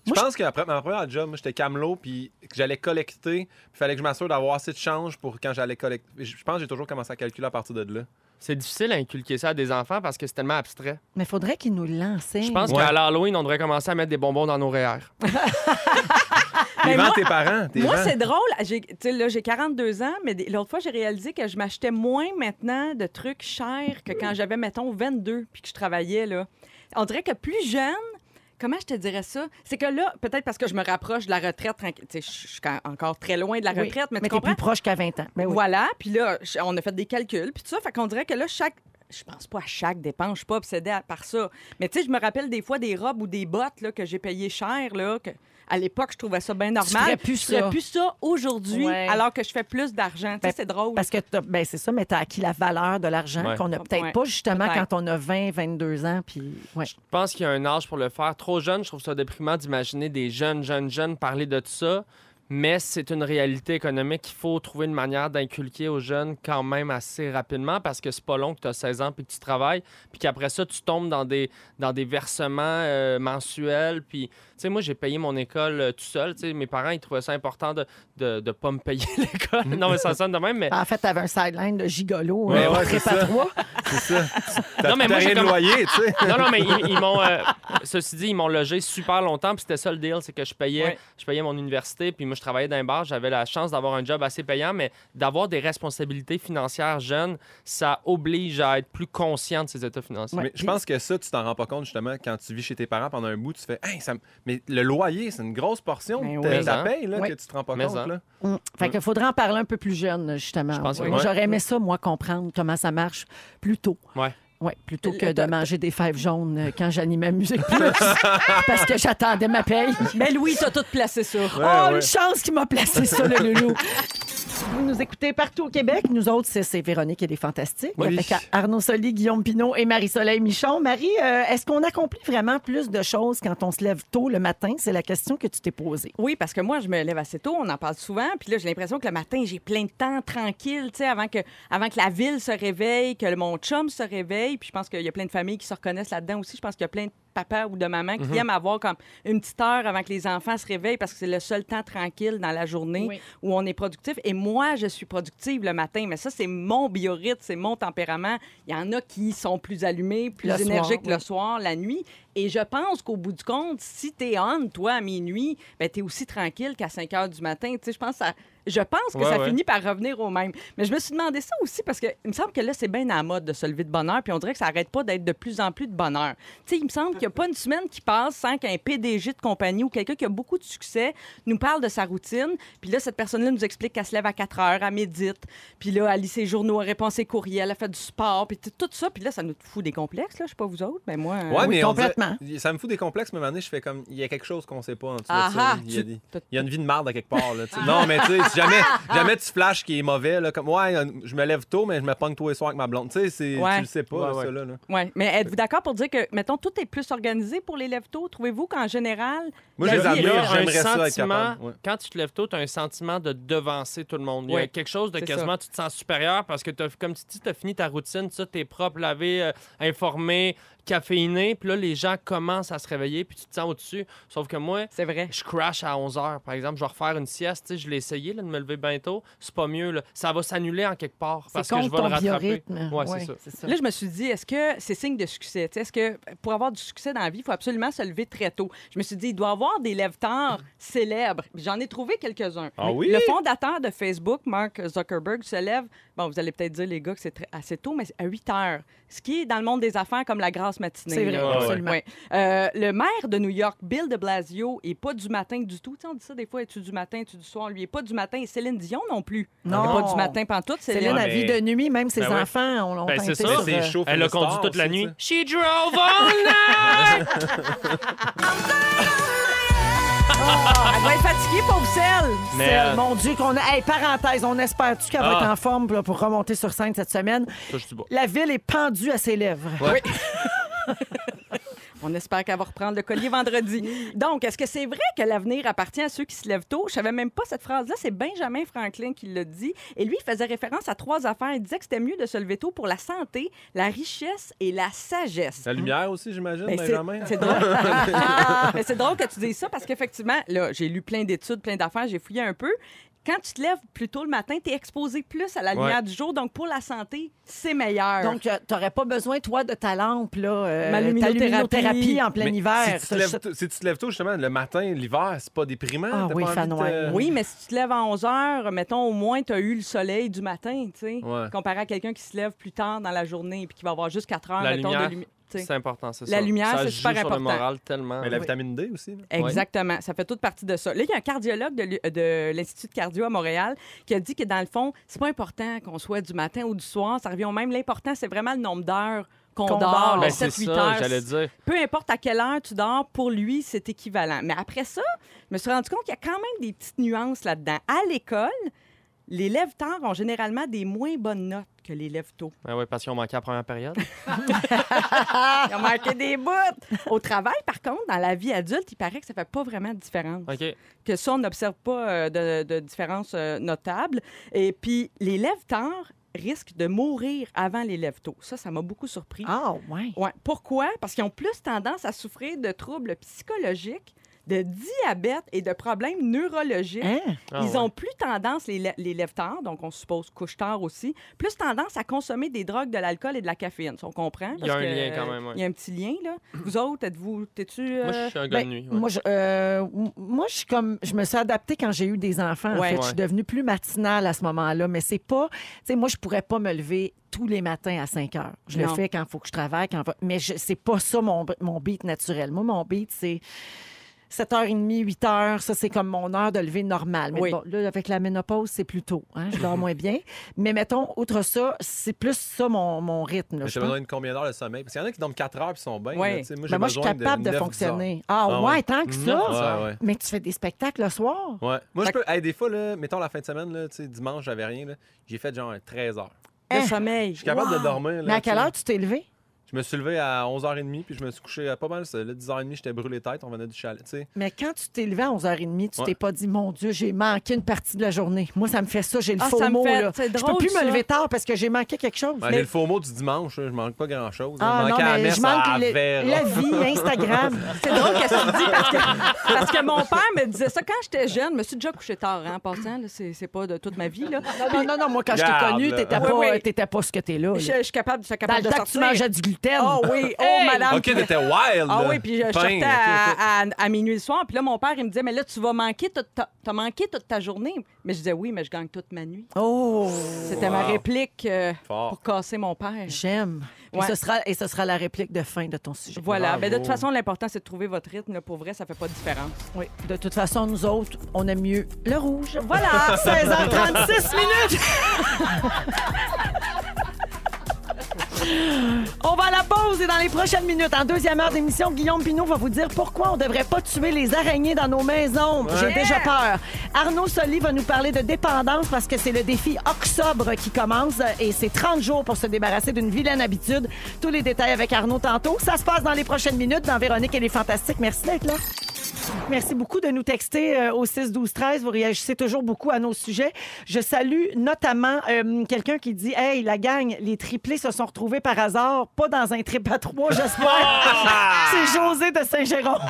S3: Je
S1: Moi, je-
S3: pense qu'après ma première job, moi, j'étais camelot, puis que j'allais collecter, puis fallait que je m'assure d'avoir assez de change pour quand j'allais collecter. Je je pense que j'ai toujours commencé à calculer à partir de là.
S2: C'est difficile à inculquer ça à des enfants parce que c'est tellement abstrait.
S1: Mais faudrait qu'ils nous lancent.
S2: Je pense
S3: Ouais.
S2: qu'à l'Halloween, on devrait commencer à mettre des bonbons dans nos REER.
S3: T'es
S4: Mais
S3: vends
S4: moi-
S3: tes parents, Hein, t'es
S4: Moi,
S3: vends.
S4: c'est drôle. J'ai, tu sais, là, j'ai 42 ans, mais des- l'autre fois, j'ai réalisé que je m'achetais moins maintenant de trucs chers que quand j'avais, mettons, 22 puis que je travaillais. Là. On dirait que plus jeune, comment je te dirais ça? C'est que là, peut-être parce que je me rapproche de la retraite, tranquille- tu sais, je suis quand- encore très loin de la
S1: Oui.
S4: retraite,
S1: mais
S4: mais, tu
S1: t'es
S4: comprends? Ben
S1: plus proche qu'à 20 ans. Mais oui.
S4: Voilà, puis là, je- on a fait des calculs, puis tout ça, fait qu'on dirait que là, chaque... Je pense pas à chaque dépense, je suis pas obsédée à- par ça. Mais tu sais, je me rappelle des fois des robes ou des bottes là, que j'ai payées cher, là, que À l'époque, je trouvais ça bien normal.
S1: ferais plus
S4: je ferais
S1: ça.
S4: plus ça aujourd'hui,
S1: Ouais.
S4: alors que je fais plus d'argent. Tu sais,
S1: Ben,
S4: c'est drôle.
S1: Parce que t'as- ben c'est ça, mais t'as acquis la valeur de l'argent
S2: Ouais.
S1: qu'on n'a peut-être
S4: Ouais.
S1: pas justement
S4: Peut-être.
S1: quand on a 20, 22 ans. Puis, ouais.
S2: Je pense qu'il y a un âge pour le faire. Trop jeune, je trouve ça déprimant d'imaginer des jeunes, jeunes, jeunes parler de tout ça. Mais c'est une réalité économique qu'il faut trouver une manière d'inculquer aux jeunes quand même assez rapidement parce que c'est pas long que tu as 16 ans puis que tu travailles puis qu'après ça tu tombes dans des dans des versements euh, mensuels puis tu sais moi j'ai payé mon école euh, tout seul, tu sais mes parents ils trouvaient ça important de de, de pas me payer l'école. non mais ça sonne de même mais
S1: En fait, t'avais un sideline de gigolo.
S3: Ouais,
S1: euh,
S3: ouais,
S1: au
S3: c'est
S1: prépa
S3: ça.
S1: trois.
S3: C'est ça. T'as
S2: Non, mais
S3: t'as
S2: moi, j'ai
S3: rien de
S2: comme-
S3: loyer, tu sais.
S2: Non, non, mais ils, ils m'ont. euh, ceci dit, ils m'ont logé super longtemps. Puis c'était ça le deal, c'est que je payais,
S4: Ouais.
S2: je payais mon université. Puis moi, je travaillais dans un bar. J'avais la chance d'avoir un job assez payant, mais d'avoir des responsabilités financières jeunes, ça oblige à être plus conscient de ses états financiers.
S1: Ouais.
S3: Mais je pense que ça, tu t'en rends pas compte justement quand tu vis chez tes parents pendant un bout, tu fais Hey, ça me- Mais le loyer, c'est une grosse portion
S1: Mais
S3: de ta-
S1: oui.
S3: ta
S2: Mais
S3: paye là,
S1: Oui.
S3: que tu te rends pas
S2: Mais
S3: compte.
S2: en.
S3: là.
S1: Mm. Fait qu'il faudrait en parler un peu plus jeune, justement.
S2: Je pense que
S1: Ouais.
S2: oui.
S1: J'aurais aimé ça, moi, comprendre comment ça marche plus tôt.
S2: Ouais.
S1: Ouais, plutôt que de manger des fèves jaunes euh, quand j'animais Musique Plus, parce que j'attendais ma paye.
S4: Mais Louis, t'as tout placé ça.
S1: oh,
S3: ouais.
S1: une chance qu'il m'a placé ça, le loulou. Vous nous écoutez partout au Québec. Nous autres, c'est- c'est Véronique et les Fantastiques.
S3: Oui.
S1: Avec Arnaud Soli, Guillaume Pinot et Marie-Soleil Michon. Marie, euh, est-ce qu'on accomplit vraiment plus de choses quand on se lève tôt le matin? C'est la question que tu t'es posée.
S4: Oui, parce que moi, je me lève assez tôt, on en parle souvent. Puis là, j'ai l'impression que le matin, j'ai plein de temps tranquille, tu sais, avant que, avant que la ville se réveille, que mon chum se réveille. Puis je pense qu'il y a plein de familles qui se reconnaissent là-dedans aussi. Je pense qu'il y a plein de papas ou de mamans
S1: Mhm.
S4: qui aiment avoir comme une petite heure avant que les enfants se réveillent parce que c'est le seul temps tranquille dans la journée
S1: Oui.
S4: où on est productif. Et moi, je suis productive le matin, mais ça, c'est mon biorhythme, c'est mon tempérament. Il y en a qui sont plus allumés, plus
S1: Le soir,
S4: énergiques
S1: oui.
S4: le soir, la nuit. Et je pense qu'au bout du compte, si t'es on, toi, à minuit, ben, t'es aussi tranquille qu'à 5 heures du matin. Tu sais, je pense, que ça- je pense que
S2: Ouais,
S4: ça
S2: ouais.
S4: finit par revenir au même. Mais je me suis demandé ça aussi parce que il me semble que là, c'est bien à la mode de se lever de bonne heure, puis on dirait que ça arrête pas d'être de plus en plus de bonheur. Tu sais, il me semble qu'il n'y a pas une semaine qui passe sans qu'un PDG de compagnie ou quelqu'un qui a beaucoup de succès nous parle de sa routine. Puis là, cette personne-là nous explique qu'elle se lève à 4 heures, elle médite, puis là, elle lit ses journaux, elle répond à ses courriels, elle fait du sport, puis t- tout ça. Puis là, ça nous fout des complexes, là. Je sais pas vous autres, mais moi... euh,
S3: Ouais,
S1: oui,
S3: mais on dirait-
S1: complètement.
S3: ça me fout des complexes, mais à un moment donné, je fais comme il y a quelque chose qu'on sait pas en dessous
S4: Ah
S3: de ça.
S4: ah,
S3: là. il, y a
S4: tu-
S3: des-
S4: t'as-
S3: il y a une vie de marde à quelque part. Là, tu sais. non, mais tu sais, si jamais, jamais tu flashes qui est mauvais, là, comme ouais, euh, je me lève tôt, mais je me pogne tous les soirs avec ma blonde. Tu sais, c'est-
S4: Ouais.
S3: tu le sais pas,
S2: Ouais,
S3: là,
S2: ouais.
S3: ça. Là, là.
S4: Oui, mais êtes-vous d'accord pour dire que, mettons, tout est plus organisé pour les lève-tôt? Trouvez-vous qu'en général,
S3: Moi,
S4: la
S3: je les
S4: vie est
S2: Il y
S3: admire,
S2: a
S4: là?
S2: un
S3: j'aimerais ça être
S2: sentiment-
S3: capable, ouais.
S2: Quand tu te lèves tôt, tu as un sentiment de devancer tout le monde. Il y a
S4: Ouais,
S2: quelque chose de
S4: c'est
S2: quasiment, tu te sens supérieur parce que, t'as- comme tu dis, tu as fini ta routine, tu es propre, lavé, euh, informé, caféiné. Puis là, les gens commencent à se réveiller, puis tu te sens au-dessus. Sauf que moi,
S4: C'est vrai.
S2: je crash à 11h, par exemple, je vais refaire une sieste. tu sais, Je l'ai essayé là, de me lever bientôt. C'est pas mieux. là. Ça va s'annuler en quelque part parce
S1: C'est
S2: que je
S1: contre
S2: vais le
S1: ton
S2: rattraper.
S1: biorhythme.
S2: Ouais, c'est ça.
S4: Là, je me suis dit, est-ce que c'est signe de succès? Tu sais, Est-ce que pour avoir du succès dans la vie, il faut absolument se lever très tôt? Je me suis dit, il doit y avoir des lève-tard célèbres. Puis J'en ai trouvé quelques-uns.
S3: Ah oui?
S4: Le fondateur de Facebook, Mark Zuckerberg, se lève, bon, vous allez peut-être dire, les gars, que c'est très- assez tôt, mais c'est à 8 heures. Ce qui est dans le monde des affaires comme la grasse matinée.
S1: C'est vrai,
S4: là.
S1: absolument.
S4: Ouais. Euh, le maire de New York, Bill de Blasio, est pas du matin du tout. Tu sais, on dit ça des fois, es-tu du matin, es-tu du soir? Lui, est pas du matin. Et Céline Dion non plus.
S1: Non.
S4: Elle est pas du matin pantoute,
S1: Céline
S4: Céline.
S1: a
S3: Ouais,
S1: vie de
S3: mais-
S1: nuit, même ses
S2: Ben oui.
S1: enfants ont, ont
S2: Ben,
S1: teinté
S2: c'est
S1: sur,
S2: ça.
S1: euh,
S3: C'est chaud,
S2: Elle a
S3: Star
S2: conduit toute la
S3: aussi,
S2: nuit.
S3: tu sais.
S2: She drove all night!
S1: Ah,
S4: Elle va être fatiguée, pauvre Celle.
S2: Mais,
S1: Celle,
S2: euh,
S1: Mon Dieu, qu'on a. Hey, parenthèse, on espère-tu qu'elle va
S2: Ah.
S1: être en forme là, pour remonter sur scène cette semaine?
S2: Ça, je dis bon.
S1: La ville est pendue à ses lèvres.
S4: On espère qu'elle va reprendre le collier vendredi. Donc, est-ce que c'est vrai que l'avenir appartient à ceux qui se lèvent tôt? Je savais même pas cette phrase-là. C'est Benjamin Franklin qui l'a dit. Et lui, il faisait référence à trois affaires. Il disait que c'était mieux de se lever tôt pour la santé, la richesse et la sagesse.
S3: La
S1: Mm.
S3: lumière aussi, j'imagine, ben,
S4: Mais c'est-
S3: Benjamin.
S4: c'est drôle. Mais c'est drôle que tu dises ça parce qu'effectivement, là, j'ai lu plein d'études, plein d'affaires, j'ai fouillé un peu. Quand tu te lèves plus tôt le matin, tu es exposé plus à la lumière
S3: Ouais.
S4: du jour. Donc, pour la santé, c'est meilleur.
S1: Donc, euh, t'aurais pas besoin, toi, de ta lampe, là, euh,
S4: Ma
S1: ta
S4: luminothérapie.
S1: luminothérapie en plein
S3: Mais
S1: hiver.
S3: Si tu,
S1: Ça,
S3: te lèves
S1: je-
S3: tôt, si tu te lèves tôt, justement, le matin, l'hiver, c'est pas déprimant.
S1: Ah
S3: t'as
S1: oui,
S3: pas envie de
S1: Fanoine.
S3: te-
S4: Oui, mais si tu te lèves à 11 h, mettons, au moins, tu as eu le soleil du matin, tu sais,
S3: Ouais.
S4: comparé à quelqu'un qui se lève plus tard dans la journée puis qui va avoir juste 4 heures,
S2: La
S4: mettons,
S2: lumière,
S4: de lumière.
S2: C'est important, c'est ça.
S4: La lumière,
S2: Ça
S4: c'est
S2: joue
S4: super
S2: sur le
S4: important.
S2: moral tellement.
S3: Mais la
S1: Ah
S2: Oui.
S3: vitamine D aussi. là.
S4: Exactement. Ça fait toute partie de ça. Là, il y a un cardiologue de l'U- de l'Institut de cardio à Montréal qui a dit que, dans le fond, c'est pas important qu'on soit du matin ou du soir. Ça revient au même. L'important, c'est vraiment le nombre d'heures qu'on
S1: Qu'on
S4: dort,
S1: dort.
S4: là,
S2: Ben, c'est
S4: 7-8
S2: ça,
S4: heures.
S2: j'allais dire.
S4: Peu importe à quelle heure tu dors, pour lui, c'est équivalent. Mais après ça, je me suis rendu compte qu'il y a quand même des petites nuances là-dedans. À l'école, les lèvres tard ont généralement des moins bonnes notes que les lèvres tôt.
S2: Ah oui, parce qu'ils ont manqué la première période.
S4: Ils ont manqué des bouts. Au travail, par contre, dans la vie adulte, il paraît que ça fait pas vraiment de différence.
S2: OK.
S4: Que ça, on n'observe pas euh, de, de différence euh, notable. Et puis, les lèvres tard risquent de mourir avant les lèvres tôt. Ça, ça m'a beaucoup surpris.
S1: Ah, ouais.
S4: Ouais. Pourquoi? Parce qu'ils ont plus tendance à souffrir de troubles psychologiques, de diabète et de problèmes neurologiques.
S1: Hein?
S2: Ah
S4: Ils
S2: ouais.
S4: ont plus tendance, les, lè- les lève-tard, donc on suppose couche-tard aussi, plus tendance à consommer des drogues, de l'alcool et de la caféine. Ça, On comprend.
S2: Il y a
S4: parce
S2: un
S4: que,
S2: lien quand
S4: euh,
S2: même, ouais.
S4: Il y a un petit lien, là. Vous autres, êtes-vous. T'es-tu.
S2: Moi, je
S4: euh,
S2: suis un gars
S1: Ben,
S2: de nuit. ouais.
S1: Moi, je, euh, m- moi, je suis comme, je me suis adaptée quand j'ai eu des enfants. en
S4: Ouais.
S1: fait. je suis
S2: Ouais.
S1: devenue plus matinale à ce moment-là, mais c'est pas, tu sais, moi, je pourrais pas me lever tous les matins à 5 heures. Je
S4: Non.
S1: le fais quand il faut que je travaille, quand va- mais je- c'est pas ça mon, mon beat naturel. Moi, mon beat, c'est 7h30, 8h, ça, c'est comme mon heure de lever normale. Mais
S4: Oui.
S1: bon, là, avec la ménopause, c'est plus tôt. hein, je dors moins bien. Mais mettons, outre ça, c'est plus ça mon, mon rythme. là,
S3: Mais
S1: je
S3: J'ai
S1: pense.
S3: besoin de combien d'heures de sommeil? Parce qu'il y en a qui dorment 4 heures et sont bien.
S4: Ouais.
S3: là, tu sais. Moi, j'ai
S1: Ben, moi, je suis
S3: besoin
S1: capable de,
S3: 9 heures.
S1: fonctionner. Ah,
S3: Ah
S1: ouais,
S3: ouais.
S1: tant que ça.
S2: Neuf heures.
S3: Ouais, ouais.
S1: Mais tu fais des spectacles le soir.
S3: Ouais. Moi,
S4: Fait
S3: je peux. Hey, des fois, là, mettons la fin de semaine, là, tu sais, dimanche, j'avais rien. là, J'ai fait genre 13 heures.
S4: Le sommeil.
S3: Je suis capable
S1: Wow!
S3: de dormir. là,
S1: Mais à
S3: tu
S1: quelle
S3: sais.
S1: heure tu t'es levé?
S3: Je me suis levé à 11h30 puis je me suis couché à pas mal. ça, Là, 10h30, j'étais brûlé tête. On venait du chalet. tu sais.
S1: Mais quand tu t'es levé à 11h30, tu
S3: Ouais.
S1: t'es pas dit, mon Dieu, j'ai manqué une partie de la journée. Moi, ça me fait ça, j'ai le
S4: Ah,
S1: faux
S4: ça me
S1: mot.
S4: fait-
S1: là.
S4: c'est
S1: je
S4: drôle,
S1: peux plus
S4: ça.
S1: me lever tard parce que j'ai manqué quelque chose.
S3: Ouais, j'ai le faux mot du dimanche. là, Je manque pas grand-chose. là.
S1: Ah
S3: Je
S1: non,
S3: manquais à la
S1: mais
S3: messe,
S1: je manque
S3: à
S1: le-
S3: verre,
S1: la
S3: là.
S1: vie, Instagram.
S4: C'est drôle qu'est-ce que tu dis parce que, parce que mon père me disait ça quand j'étais jeune. Je me suis déjà couché tard, hein, en passant. là, C'est c'est pas de toute ma vie. Là.
S1: non, non, non, moi, quand je t'ai
S3: Garde,
S1: connu,
S3: là.
S1: t'étais
S4: Oui,
S1: pas,
S4: oui.
S1: euh, t'étais pas ce que t'es là. là.
S4: Je, je suis capable, je suis
S1: Dans
S4: capable
S1: le
S4: de
S1: temps que tu
S4: sortir.
S1: mangeais du gluten.
S4: Oh oui, oh madame.
S3: Ok, t'étais wild.
S4: Ah
S3: là.
S4: oui, puis je
S3: Pain,
S4: sortais
S3: ok, ok.
S4: à, à- à minuit le soir. Puis là, mon père, il me disait, mais là, tu vas manquer, toute ta- t'as manqué toute ta journée. Mais je disais, oui, mais je gagne toute ma nuit.
S1: Oh,
S4: C'était ma
S3: Wow.
S4: réplique euh,
S3: Fort.
S4: pour casser mon père.
S1: j'aime.
S4: Ouais.
S1: Et, ce sera, et ce sera la réplique de fin de ton sujet.
S4: Voilà.
S3: Bravo.
S4: Mais de toute façon, l'important, c'est de trouver votre rythme. là. Pour vrai, ça fait pas de différence.
S1: Oui. De toute façon, nous autres, on aime mieux le rouge.
S4: Voilà.
S1: 16h36 minutes. On va à la pause et dans les prochaines minutes, en deuxième heure d'émission, Guillaume Pinot va vous dire pourquoi on ne devrait pas tuer les araignées dans nos maisons. J'ai déjà peur. Arnaud Soli va nous parler de dépendance parce que c'est le défi Octobre qui commence et c'est 30 jours pour se débarrasser d'une vilaine habitude. Tous les détails avec Arnaud tantôt. Ça se passe dans les prochaines minutes dans Véronique et les Fantastiques. Merci d'être là. Merci beaucoup de nous texter euh, au 6 12 13. Vous réagissez toujours beaucoup à nos sujets. Je salue notamment euh, quelqu'un qui dit "Hey, la gang, les triplés se sont retrouvés par hasard, pas dans un trip à trois, j'espère." C'est José de Saint-Jérôme.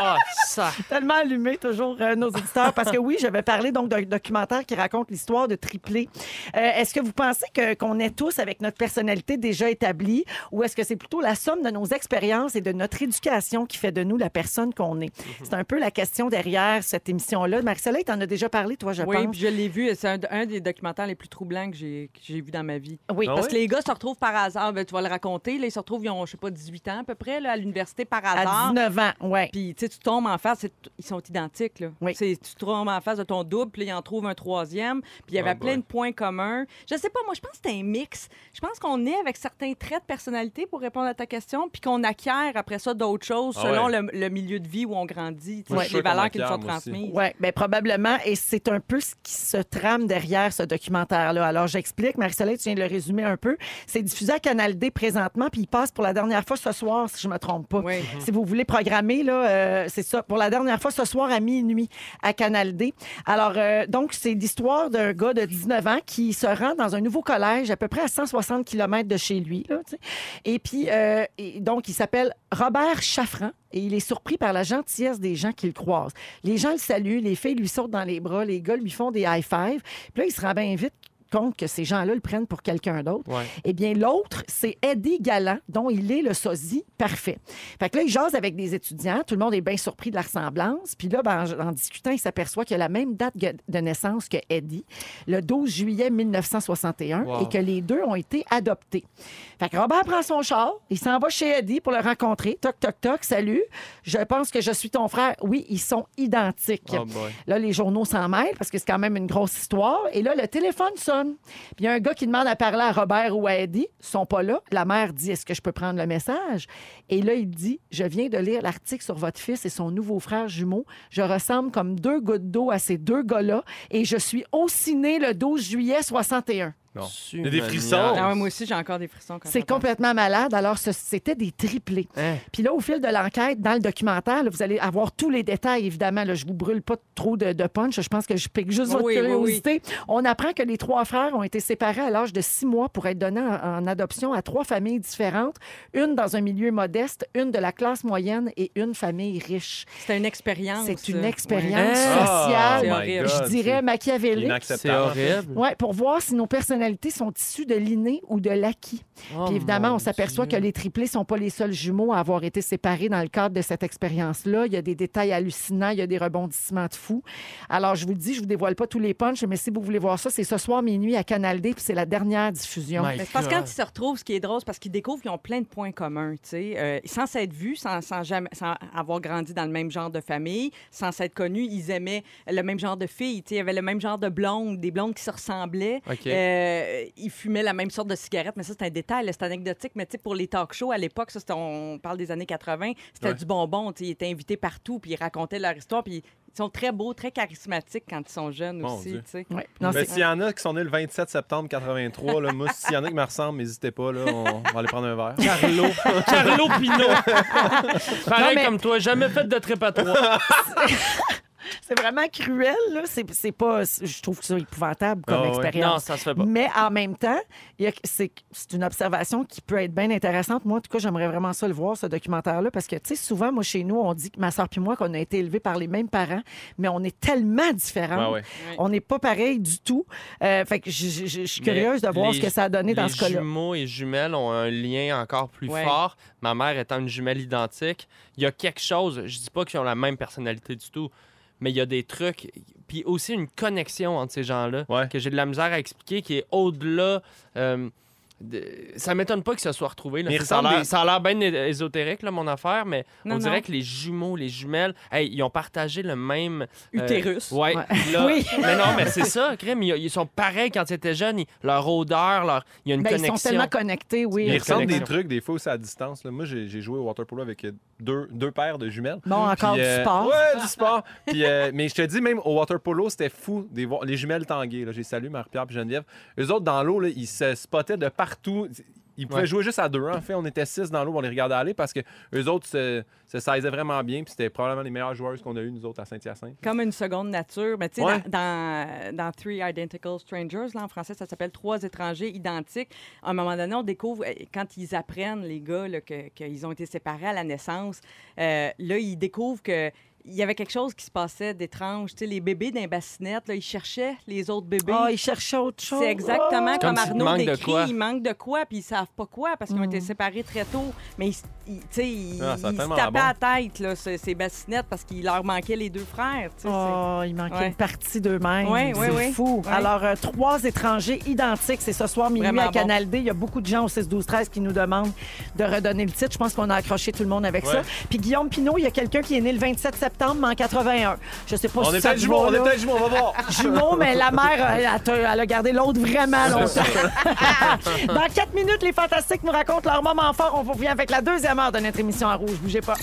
S2: Ah, ça!
S1: Tellement allumé toujours euh, nos auditeurs parce que oui, j'avais parlé donc d'un documentaire qui raconte l'histoire de triplés. Euh, est-ce que vous pensez que qu'on est tous avec notre personnalité déjà établie ou est-ce que c'est plutôt la somme de nos expériences et de notre éducation qui fait de nous la personne qu'on est C'est un peu la question derrière cette émission là. Marie-Soleil, t'en as déjà parlé toi, je
S4: oui,
S1: pense.
S4: puis je l'ai vu. C'est un, un des documentaires les plus troublants que j'ai que j'ai vu dans ma vie.
S1: Oui,
S3: Ah
S4: Parce
S3: ouais?
S4: que les gars se retrouvent par hasard. Ben, tu vas le raconter. Là, ils se retrouvent, ils ont, je sais pas, 18 ans à peu près, là, à l'université par
S1: à
S4: hasard.
S1: 19 ans, ouais.
S4: Puis, tu sais, tu tombes en face, c'est- ils sont identiques. Là.
S1: Oui.
S4: C'est- Tu tombes en face de ton double, puis là, ils en trouvent un troisième, puis il y avait
S3: Ah
S4: plein
S3: boy.
S4: de points communs. Je sais pas, moi, je pense que c'est un mix. Je pense qu'on est avec certains traits de personnalité pour répondre à ta question, puis qu'on acquiert après ça d'autres choses
S3: Ah
S4: selon
S3: ouais.
S4: le, le milieu de vie où on grandit, tu
S3: Moi,
S4: sais,
S3: je suis sûr
S4: les
S3: qu'on
S4: valeurs qui nous sont
S3: acquiert, moi aussi.
S4: transmises.
S1: Oui, bien ben, probablement. Et c'est un peu ce qui se trame derrière ce documentaire-là. Alors, j'explique. Marie-Soleil, tu viens de le résumer un peu. C'est diffusé à Canal D présentement, puis il passe pour la dernière fois ce soir, si je me trompe pas.
S4: Oui.
S1: Mhm. Si vous voulez programmer, là, euh, c'est ça, pour la dernière fois ce soir à minuit à Canal D. Alors, euh, donc, c'est l'histoire d'un gars de 19 ans qui se rend dans un nouveau collège à peu près à 160 km de chez lui. là, tu sais. et puis, euh, et donc, il s'appelle Robert Chaffran et il est surpris par la gentillesse des gens qui le croisent. Les gens le saluent, les filles lui sautent dans les bras, les gars lui font des high-fives. Puis là, il se rend bien vite compte que ces gens-là le prennent pour quelqu'un d'autre.
S2: Ouais.
S1: Eh bien, l'autre, c'est Eddie Galland, dont il est le sosie parfait. Fait que là, il jase avec des étudiants. Tout le monde est bien surpris de la ressemblance. Puis là, ben, en, en discutant, il s'aperçoit qu'il a la même date que- de naissance que Eddie, le 12 juillet 1961,
S2: Wow.
S1: et que les deux ont été adoptés. Fait que Robert prend son char, il s'en va chez Eddie pour le rencontrer. Toc, toc, toc, salut. Je pense que je suis ton frère. Oui, ils sont identiques.
S2: Oh boy.
S1: Là, les journaux s'en mêlent parce que c'est quand même une grosse histoire. Et là, le téléphone sonne. personne. Puis il y a un gars qui demande à parler à Robert ou à Eddie. Ils sont pas là. La mère dit Est-ce que je peux prendre le message Et là, il dit Je viens de lire l'article sur votre fils et son nouveau frère jumeau. Je ressemble comme deux gouttes d'eau à ces deux gars-là et je suis aussi né le 12 juillet 61.
S2: Il
S8: y a des frissons.
S4: Ah ouais, moi aussi, j'ai encore des frissons. quand Hein?
S1: C'est
S4: j'entends ça.
S1: complètement malade. Alors, ce- c'était des triplés. Puis là, au fil de l'enquête, dans le documentaire, là, vous allez avoir tous les détails, évidemment. Là, je vous brûle pas trop de, de punch. Je pense que je pique juste votre
S4: Oui, oui,
S1: curiosité. On apprend que les trois frères ont été séparés à l'âge de six mois pour être donnés en, en adoption à trois familles différentes. Une dans un milieu modeste, une de la classe moyenne et une famille riche.
S4: C'est une expérience.
S1: C'est une
S4: euh,
S1: expérience
S2: Hein?
S1: sociale,
S4: Oh my
S1: je
S3: Ah, God,
S1: dirais
S3: c'est
S1: machiavélique.
S2: C'est
S3: Inacceptable.
S2: horrible.
S1: Ouais, pour voir si nos personnalités sont issues de l'inné ou de l'acquis.
S3: Oh
S2: Oh,
S1: Puis évidemment, on s'aperçoit que les triplés sont pas les seuls jumeaux à avoir été séparés dans le cadre de cette expérience-là. Il y a des détails hallucinants, il y a des rebondissements de fous. Alors, je vous le dis, je vous dévoile pas tous les punchs, mais si vous voulez voir ça, c'est ce soir minuit à Canal D, puis c'est la dernière diffusion.
S4: Mais c'est parce que quand ils se retrouvent, ce qui est drôle, c'est parce qu'ils découvrent qu'ils ont plein de points communs, tu sais. Euh, sans s'être vus, sans, sans jamais, sans avoir grandi dans le même genre de famille, sans s'être connus, ils aimaient le même genre de filles, tu sais. Ils avaient le même genre de blondes, des blondes qui se ressemblaient.
S2: OK.
S4: Euh, ils fumaient la même sorte de cigarette, mais ça, c'est un détail, là, c'est anecdotique. Mais tu sais, pour les talk shows à l'époque, ça, c'était- on parle des années 80, c'était du bonbon, tu sais. Ils étaient invités partout, puis ils racontaient leur histoire, puis ils sont très beaux, très charismatiques quand ils sont jeunes
S3: Mon
S4: aussi,
S3: Dieu.
S4: tu sais.
S1: Ouais. Non,
S3: Ben,
S1: c'est-
S3: s'il y en a qui sont nés le 27 septembre 83, là, moi, s'il y en a qui me ressemblent, n'hésitez pas, là, on, on va aller prendre un verre.
S2: Carlo. Carlo Pinot. Pareil
S1: Non, mais-
S2: comme toi, jamais fait de trip à trois.
S1: c'est vraiment cruel, là. C'est c'est pas... Je trouve que c'est épouvantable comme
S3: Ah ouais.
S1: expérience.
S2: non, ça se fait pas.
S1: Mais en même temps, il y a- c'est c'est une observation qui peut être bien intéressante. Moi, en tout cas, j'aimerais vraiment ça le voir, ce documentaire-là, parce que, tu sais, souvent, moi, chez nous, on dit que ma soeur puis moi, qu'on a été élevés par les mêmes parents, mais on est tellement différents.
S3: Ouais, ouais.
S1: On n'est pas pareil du tout. Euh, fait que je- je je- je suis curieuse de
S2: Mais
S1: voir
S2: les-
S1: ce que ça a donné dans
S2: les
S1: ce cas-là.
S2: jumeaux et jumelles ont un lien encore plus
S4: Ouais.
S2: fort. Ma mère étant une jumelle identique, il y a quelque chose. Je dis pas qu'ils ont la même personnalité du tout, mais il y a des trucs. Puis aussi une connexion entre ces gens-là
S3: Ouais.
S2: que j'ai de la misère à expliquer, qui est au-delà. euh, de- Ça m'étonne pas qu'ils se soient retrouvés. là.
S3: Mais ils
S2: Ça a
S3: ressemblent
S2: l'air-
S3: des-
S2: ça a l'air bien é- ésotérique, là, mon affaire, mais
S4: Non,
S2: on
S4: non.
S2: dirait que les jumeaux, les jumelles, hey, ils ont partagé le même euh,
S4: Utérus.
S2: ouais.
S1: Ouais.
S2: là-
S1: Oui.
S2: Mais non, mais c'est ça, Grim. Ils, ils sont pareils quand ils étaient jeunes. Ils- leur odeur, leur... il y a une
S1: Ben, ils
S2: connexion.
S1: sont tellement connectés, oui.
S2: Il y a
S3: Ils
S2: une
S3: ressemblent des
S2: connexion.
S3: trucs, des fois, aussi à distance. là. Moi, j'ai j'ai joué au water polo avec euh, deux, deux paires de jumelles.
S1: Bon, encore
S3: Puis, euh,
S1: du sport.
S3: Ouais, du sport. Puis, euh, mais je te dis, même au water polo, c'était fou. Des, vo- les jumelles tanguées, là, j'ai salué Marie-Pierre et Geneviève. Eux autres, dans l'eau, là, ils se spottaient de partout. Ils pouvaient
S2: Ouais.
S3: jouer juste à deux. hein. En fait, on était six dans l'eau, on les regardait aller parce que eux autres se, se saisaient vraiment bien. Puis c'était probablement les meilleures joueuses qu'on a eues, nous autres, à Saint-Hyacinthe.
S4: comme une seconde nature. Mais tu sais,
S3: Ouais.
S4: dans, dans, dans Three Identical Strangers, là, en français, ça s'appelle Trois étrangers identiques. À un moment donné, on découvre, euh, quand ils apprennent, les gars, là, que- qu'ils ont été séparés à la naissance, euh, là, ils découvrent que. Il y avait quelque chose qui se passait d'étrange. Tu sais, les bébés d'un bassinette, là, ils cherchaient les autres bébés.
S1: Ah, ils cherchent autre chose.
S4: C'est exactement
S2: C'est
S4: comme,
S2: comme s'il
S4: Arnaud
S2: manque de
S4: décrit.
S2: quoi.
S4: Il manque de quoi, puis ils savent pas quoi, parce qu'ils ont été séparés très tôt. Mais ils, s- ils- tu sais, ils,
S3: Ah, ça a
S4: ils se
S3: tellement
S4: tapaient
S3: bon.
S4: à la tête, là, ces, ces bassinettes, parce qu'il leur manquait les deux frères. tu sais,
S1: Oh, il manquait
S4: Ouais.
S1: une partie d'eux-mêmes.
S4: Ouais,
S1: c'est
S4: ouais, ouais.
S1: fou.
S4: Ouais.
S1: Alors, euh, trois étrangers identiques, c'est ce soir minuit
S4: Vraiment
S1: à
S4: bon.
S1: Canal D. Il y a beaucoup de gens au 6-12-13 qui nous demandent de redonner le titre. Je pense qu'on a accroché tout le monde avec ça. Puis Guillaume Pinot, il y a quelqu'un qui est né le 27 septembre, mais en 81. Je sais pas
S3: On
S1: si
S3: est
S1: ça
S3: peut-être
S1: te
S3: jumeaux, on
S1: va,
S3: est
S1: là.
S3: peut-être jumeaux, on va voir.
S1: Jumeaux, mais la mère, elle, a- elle a gardé l'autre vraiment longtemps. Dans quatre minutes, les Fantastiques nous racontent leur moment fort. On vous revient avec la deuxième heure de notre émission à Rouge. Bougez pas.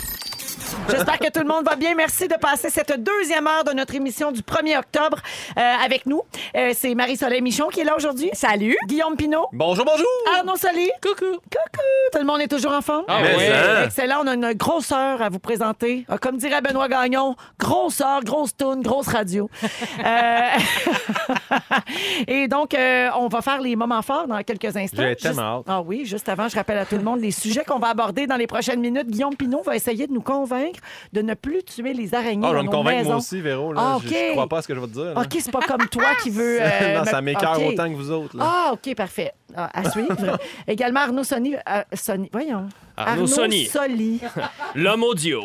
S1: J'espère que tout le monde va bien. Merci de passer cette deuxième heure de notre émission du 1er octobre euh, avec nous. Euh, c'est Marie-Soleil Michon qui est là aujourd'hui. Salut. Guillaume Pinault.
S3: Bonjour, bonjour.
S1: Arnaud Soli. Coucou. Coucou. Tout le monde est toujours en forme?
S2: Ah
S3: Mais
S2: ouais.
S3: ça.
S1: Excellent. On a une grosse heure à vous présenter. Euh, Comme dirait Benoît Gagnon, grosse heure, grosse toune, grosse radio. Euh, Et donc, euh, on va faire les moments forts dans quelques instants.
S3: J'ai tellement
S1: Juste-
S3: hâte.
S1: Ah oui, juste avant, je rappelle à tout le monde les sujets qu'on va aborder dans les prochaines minutes. Guillaume Pinot va essayer de nous convaincre de ne plus tuer les araignées
S3: Ah, je vais
S1: dans
S3: me
S1: nos
S3: convaincre, moi
S1: maisons.
S3: aussi, Véro. Là.
S1: Ah,
S3: Je-
S1: OK.
S3: Je, crois pas à ce que je vais te dire. là.
S1: OK, c'est pas comme toi qui veux... euh,
S3: non,
S1: me-
S3: ça m'écoeure
S1: OK.
S3: autant que vous autres. là.
S1: Ah, OK, parfait. Ah, à suivre. Également Arnaud Sony. euh, Sony- voyons.
S8: Arnaud Sony.
S1: Soli.
S8: L'homme audio.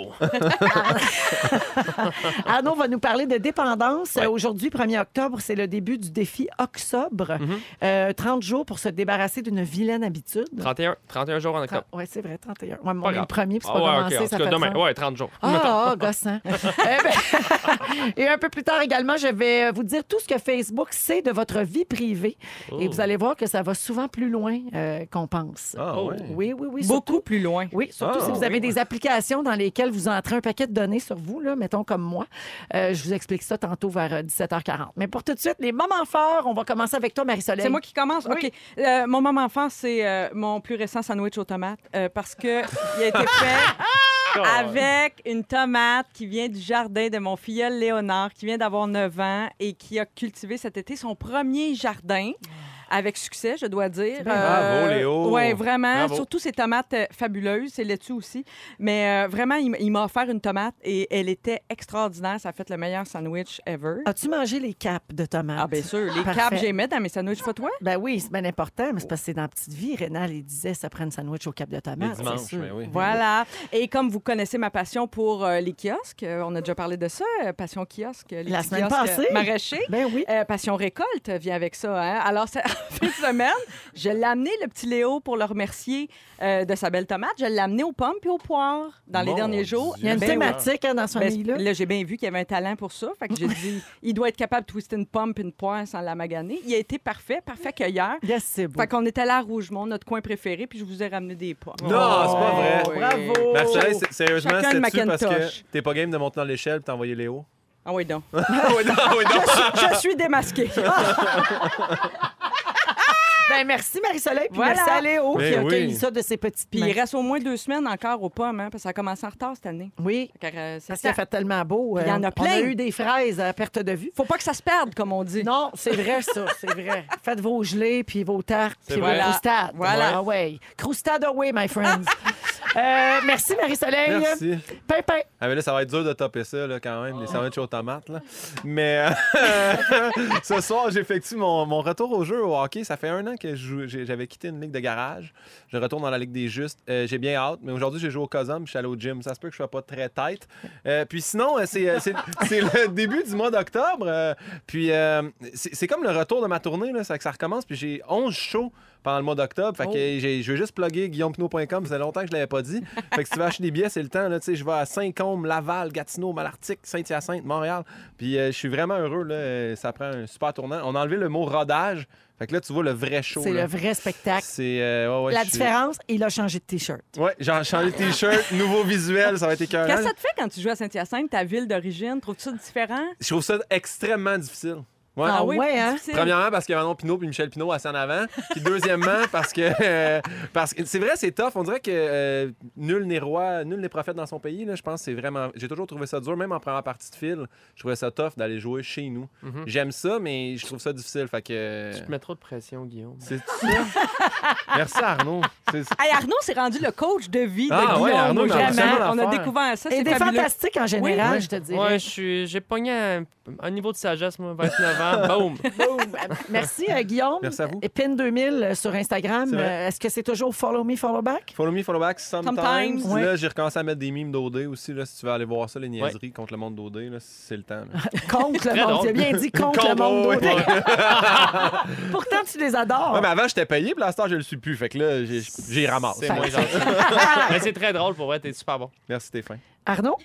S1: Arnaud va nous parler de dépendance. Euh, Aujourd'hui, 1er octobre, c'est le début du défi Octobre.
S2: Mhm.
S1: 30 jours pour se débarrasser d'une vilaine habitude.
S2: 31, 31 jours en octobre.
S1: Oui, c'est vrai, 31. Ouais, mais Ah,
S2: Pas
S1: on est le
S2: grave.
S1: premier, puis c'est
S2: Ah
S1: pas
S2: ouais,
S1: commencé,
S2: ok, en
S1: ça
S2: tout cas,
S1: fait
S2: demain,
S1: du sens.
S2: ouais, 30 jours.
S1: Ah, ah, gossant. Eh ben, et un peu plus tard également, je vais vous dire tout ce que Facebook sait de votre vie privée. Et
S2: Oh.
S1: vous allez voir que ça va souvent plus loin euh, qu'on pense.
S3: Ah, ouais.
S1: Oui, oui, oui. surtout-
S4: Beaucoup plus loin.
S1: oui, surtout
S3: Ah,
S1: si vous avez des applications dans lesquelles vous entrez un paquet de données sur vous, là, mettons comme moi. Euh, je vous explique ça tantôt vers euh, 17h40. Mais pour tout de suite, les moments forts, on va commencer avec toi, Marie-Soleil.
S4: C'est moi qui commence. OK. Euh, mon moment enfant, c'est euh, mon plus récent sandwich aux tomates euh, parce que il a été fait avec une tomate qui vient du jardin de mon filleul Léonard, qui vient d'avoir 9 ans et qui a cultivé cet été son premier jardin. Avec succès, je dois dire.
S3: Bravo, Léo.
S4: Oui, vraiment.
S3: Bravo.
S4: Surtout ces tomates euh, fabuleuses, ces laitues aussi. Mais euh, vraiment, il, m- il m'a offert une tomate et elle était extraordinaire. Ça a fait le meilleur sandwich ever.
S3: Ah,
S1: As-tu mangé les capes de tomates?
S4: Ah, bien sûr. Les
S1: Parfait.
S4: câbles, j'ai mis dans mes sandwichs. Pas toi?
S1: Ben oui, c'est bien important,
S3: Oh.
S1: mais c'est parce que c'est dans Petite Vie. Rénal, il disait, ça prend une sandwich au cap de tomate.
S3: Les dimanches,
S1: c'est sûr.
S3: mais oui.
S4: Voilà. Et comme vous connaissez ma passion pour euh, les kiosques, euh, on a déjà parlé de ça, euh, passion kiosque, euh, les
S1: La
S4: petits
S1: semaine
S4: kiosques, euh,
S1: passée.
S4: maraîchers.
S1: Ben oui.
S4: Euh, passion récolte vient avec ça. hein. Alors, cette fin de semaine, je l'ai amené, le petit Léo, pour le remercier euh, de sa belle tomate. Je l'ai amené aux pommes puis aux poires dans les
S3: Mon
S4: derniers jours.
S3: Dieu.
S1: Il y a une
S4: Ben
S1: thématique hein, dans ce
S4: oui. Ben,
S1: famille-là.
S4: là, j'ai bien vu qu'il y avait un talent pour ça. Fait que j'ai dit, il doit être capable de twister une pomme puis une poire sans la maganer. Il a été parfait, parfait cueilleur.
S1: Yes, c'est beau.
S4: Fait qu'on était là à Rougemont, notre coin préféré, puis je vous ai ramené des pommes.
S3: Non, Ah, c'est pas
S1: Oh!
S3: vrai.
S4: Oh, oui.
S1: Bravo.
S3: Marcel, c'est- sérieusement,
S4: Chacun
S3: c'est
S4: le
S3: dessus parce
S4: Macintosh.
S3: que t'es pas game de monter dans l'échelle et t'envoyer Léo.
S4: Ah oui, donc.
S3: Ah oui, non, ah oui, non.
S4: Je suis démasquée.
S1: Ah, Ben, merci Marie-Soleil, puis
S4: Voilà. Ben
S1: merci à Léo
S3: Ben
S1: qui a
S3: oui.
S1: cueilli ça de ses petites
S4: Puis il
S1: mains.
S4: reste au moins deux semaines encore aux pommes, hein, parce que ça a commencé en retard cette année.
S1: Oui,
S4: Fait que, euh, c'est
S1: parce qu'il
S4: ça.
S1: a fait tellement beau.
S4: Il y en a
S1: Euh, On
S4: plein.
S1: a eu des fraises à perte de vue.
S4: Faut pas que ça se perde, comme on dit.
S1: Non, c'est vrai ça, c'est vrai. Faites vos gelées, puis vos tartes, puis vos
S4: vrai.
S1: croustades.
S4: Voilà.
S1: Ah ouais. Croustade away, my friends. Euh, merci Marie-Soleil.
S3: Merci.
S1: Pimpin.
S3: Ah, mais là, ça va être dur de topper ça, là, quand même, les sandwichs aux tomates. Là. Mais euh, ce soir, j'effectue mon, mon retour au jeu au hockey. Ça fait un an que je joue- j'ai- j'avais quitté une ligue de garage. Je retourne dans la ligue des justes. Euh, j'ai bien hâte, mais aujourd'hui, j'ai joué au Cosum puis je suis allé au gym. Ça se peut que je sois pas très tête. Euh, puis sinon, euh, c'est, euh, c'est, c'est le début du mois d'octobre. euh, puis euh, c'est, c'est comme le retour de ma tournée. Là, c'est que ça recommence. Puis j'ai 11 shows pendant le mois d'octobre. Fait que
S1: Oh.
S3: j'ai- je veux juste plugger guillaumepinot.com. Ça fait longtemps que je l'avais pas dit. Fait que si tu veux acheter des billets, c'est le temps. Là, Tu sais, je vais à Saint-Côme, Laval, Gatineau, Malartic, Saint-Hyacinthe, Montréal. Puis euh, je suis vraiment heureux. Là, Euh, ça prend un super tournant. On a enlevé le mot rodage. Fait que là, tu vois le vrai show.
S1: C'est
S3: là.
S1: le vrai spectacle.
S3: C'est, euh, ouais, ouais,
S1: La
S3: je suis-
S1: différence, il a changé de T-shirt.
S3: Ouais, j'ai changé de t-shirt, nouveau visuel, ça va être écœurant.
S4: Qu'est-ce que ça te fait quand tu joues à Saint-Hyacinthe, ta ville d'origine? Trouves-tu ça différent?
S3: Je trouve ça extrêmement difficile. Ouais.
S1: Ah oui, hein?
S4: difficile.
S3: Premièrement parce qu'il y a Manon Pinot puis Michel Pinot assis en avant. Puis deuxièmement parce que euh, parce que c'est vrai c'est tough. On dirait que euh, nul n'est roi, nul n'est prophète dans son pays. Là. Je pense que c'est vraiment. J'ai toujours trouvé ça dur, même en première partie de fil. Je trouvais ça tough d'aller jouer chez nous.
S2: Mhm.
S3: J'aime ça, mais je trouve ça difficile. Fait que
S2: Tu te mets trop de pression, Guillaume.
S3: c'est ça. Merci Arnaud. C'est-
S4: Hey, Arnaud s'est rendu le coach de vie de
S3: Ah
S4: Guillaume.
S3: ouais, Arnaud, il a
S4: vraiment.
S3: absolument
S4: on a
S3: l'affaire.
S4: découvert ça,
S1: Et
S4: c'est
S1: des
S4: fabuleux.
S1: fantastiques en général, je te dirais.
S2: Ouais, je suis- j'ai pogné un, un niveau de sagesse, moi, 29 ans. Boum!
S1: Boum. Euh, Merci euh, Guillaume.
S3: Merci à vous.
S1: Et Pin 2000 euh, sur Instagram.
S3: C'est vrai.
S1: Euh, Est-ce que c'est toujours follow me, follow back?
S3: Follow me, follow back, sometimes.
S4: Sometimes.
S3: Puis
S1: Ouais.
S3: Là, j'ai recommencé à mettre des mimes d'OD aussi. Là, si tu veux aller voir ça, les niaiseries contre le monde d'OD, là, c'est le temps. là.
S1: Contre le monde.
S2: drôle.
S1: Tu as bien dit contre, le
S3: Contre,
S1: monde.
S3: ouais,
S1: d'autres.
S3: ouais.
S1: Pourtant, tu les adores.
S3: Ouais, mais avant, j'étais payé, puis la star, je le suis plus. Fait que là, j'ai- j'ai ramasse.
S2: Oh. C'est moins gentil. Mais c'est très drôle pour vrai, t'es super bon.
S3: Merci, Stéphane.
S1: Arnaud,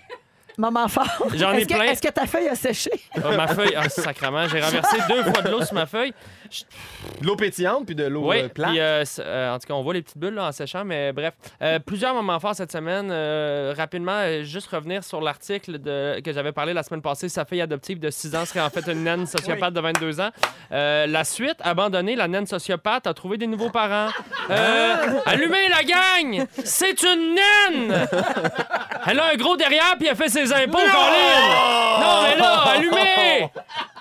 S1: maman fort.
S2: J'en ai
S1: Est-ce que-
S2: plein.
S1: Est-ce que ta feuille a séché?
S2: Ah, ma feuille, ah, sacrement, j'ai renversé deux fois de l'eau sur ma feuille.
S3: De l'eau pétillante, puis de l'eau
S2: Oui,
S3: euh, plate.
S2: puis euh, c'est- euh, en tout cas, on voit les petites bulles là, en séchant, mais bref. Euh, plusieurs moments forts cette semaine. Euh, rapidement, euh, juste revenir sur l'article de- que j'avais parlé la semaine passée. Sa fille adoptive de 6 ans serait en fait une naine sociopathe de 22 ans. Euh, la suite, abandonnée, la naine sociopathe a trouvé des nouveaux parents. Euh,
S3: Hein?
S2: allumez la gang! C'est une naine! Elle a un gros derrière, puis elle fait ses impôts, Colin! Non, mais là, allumez!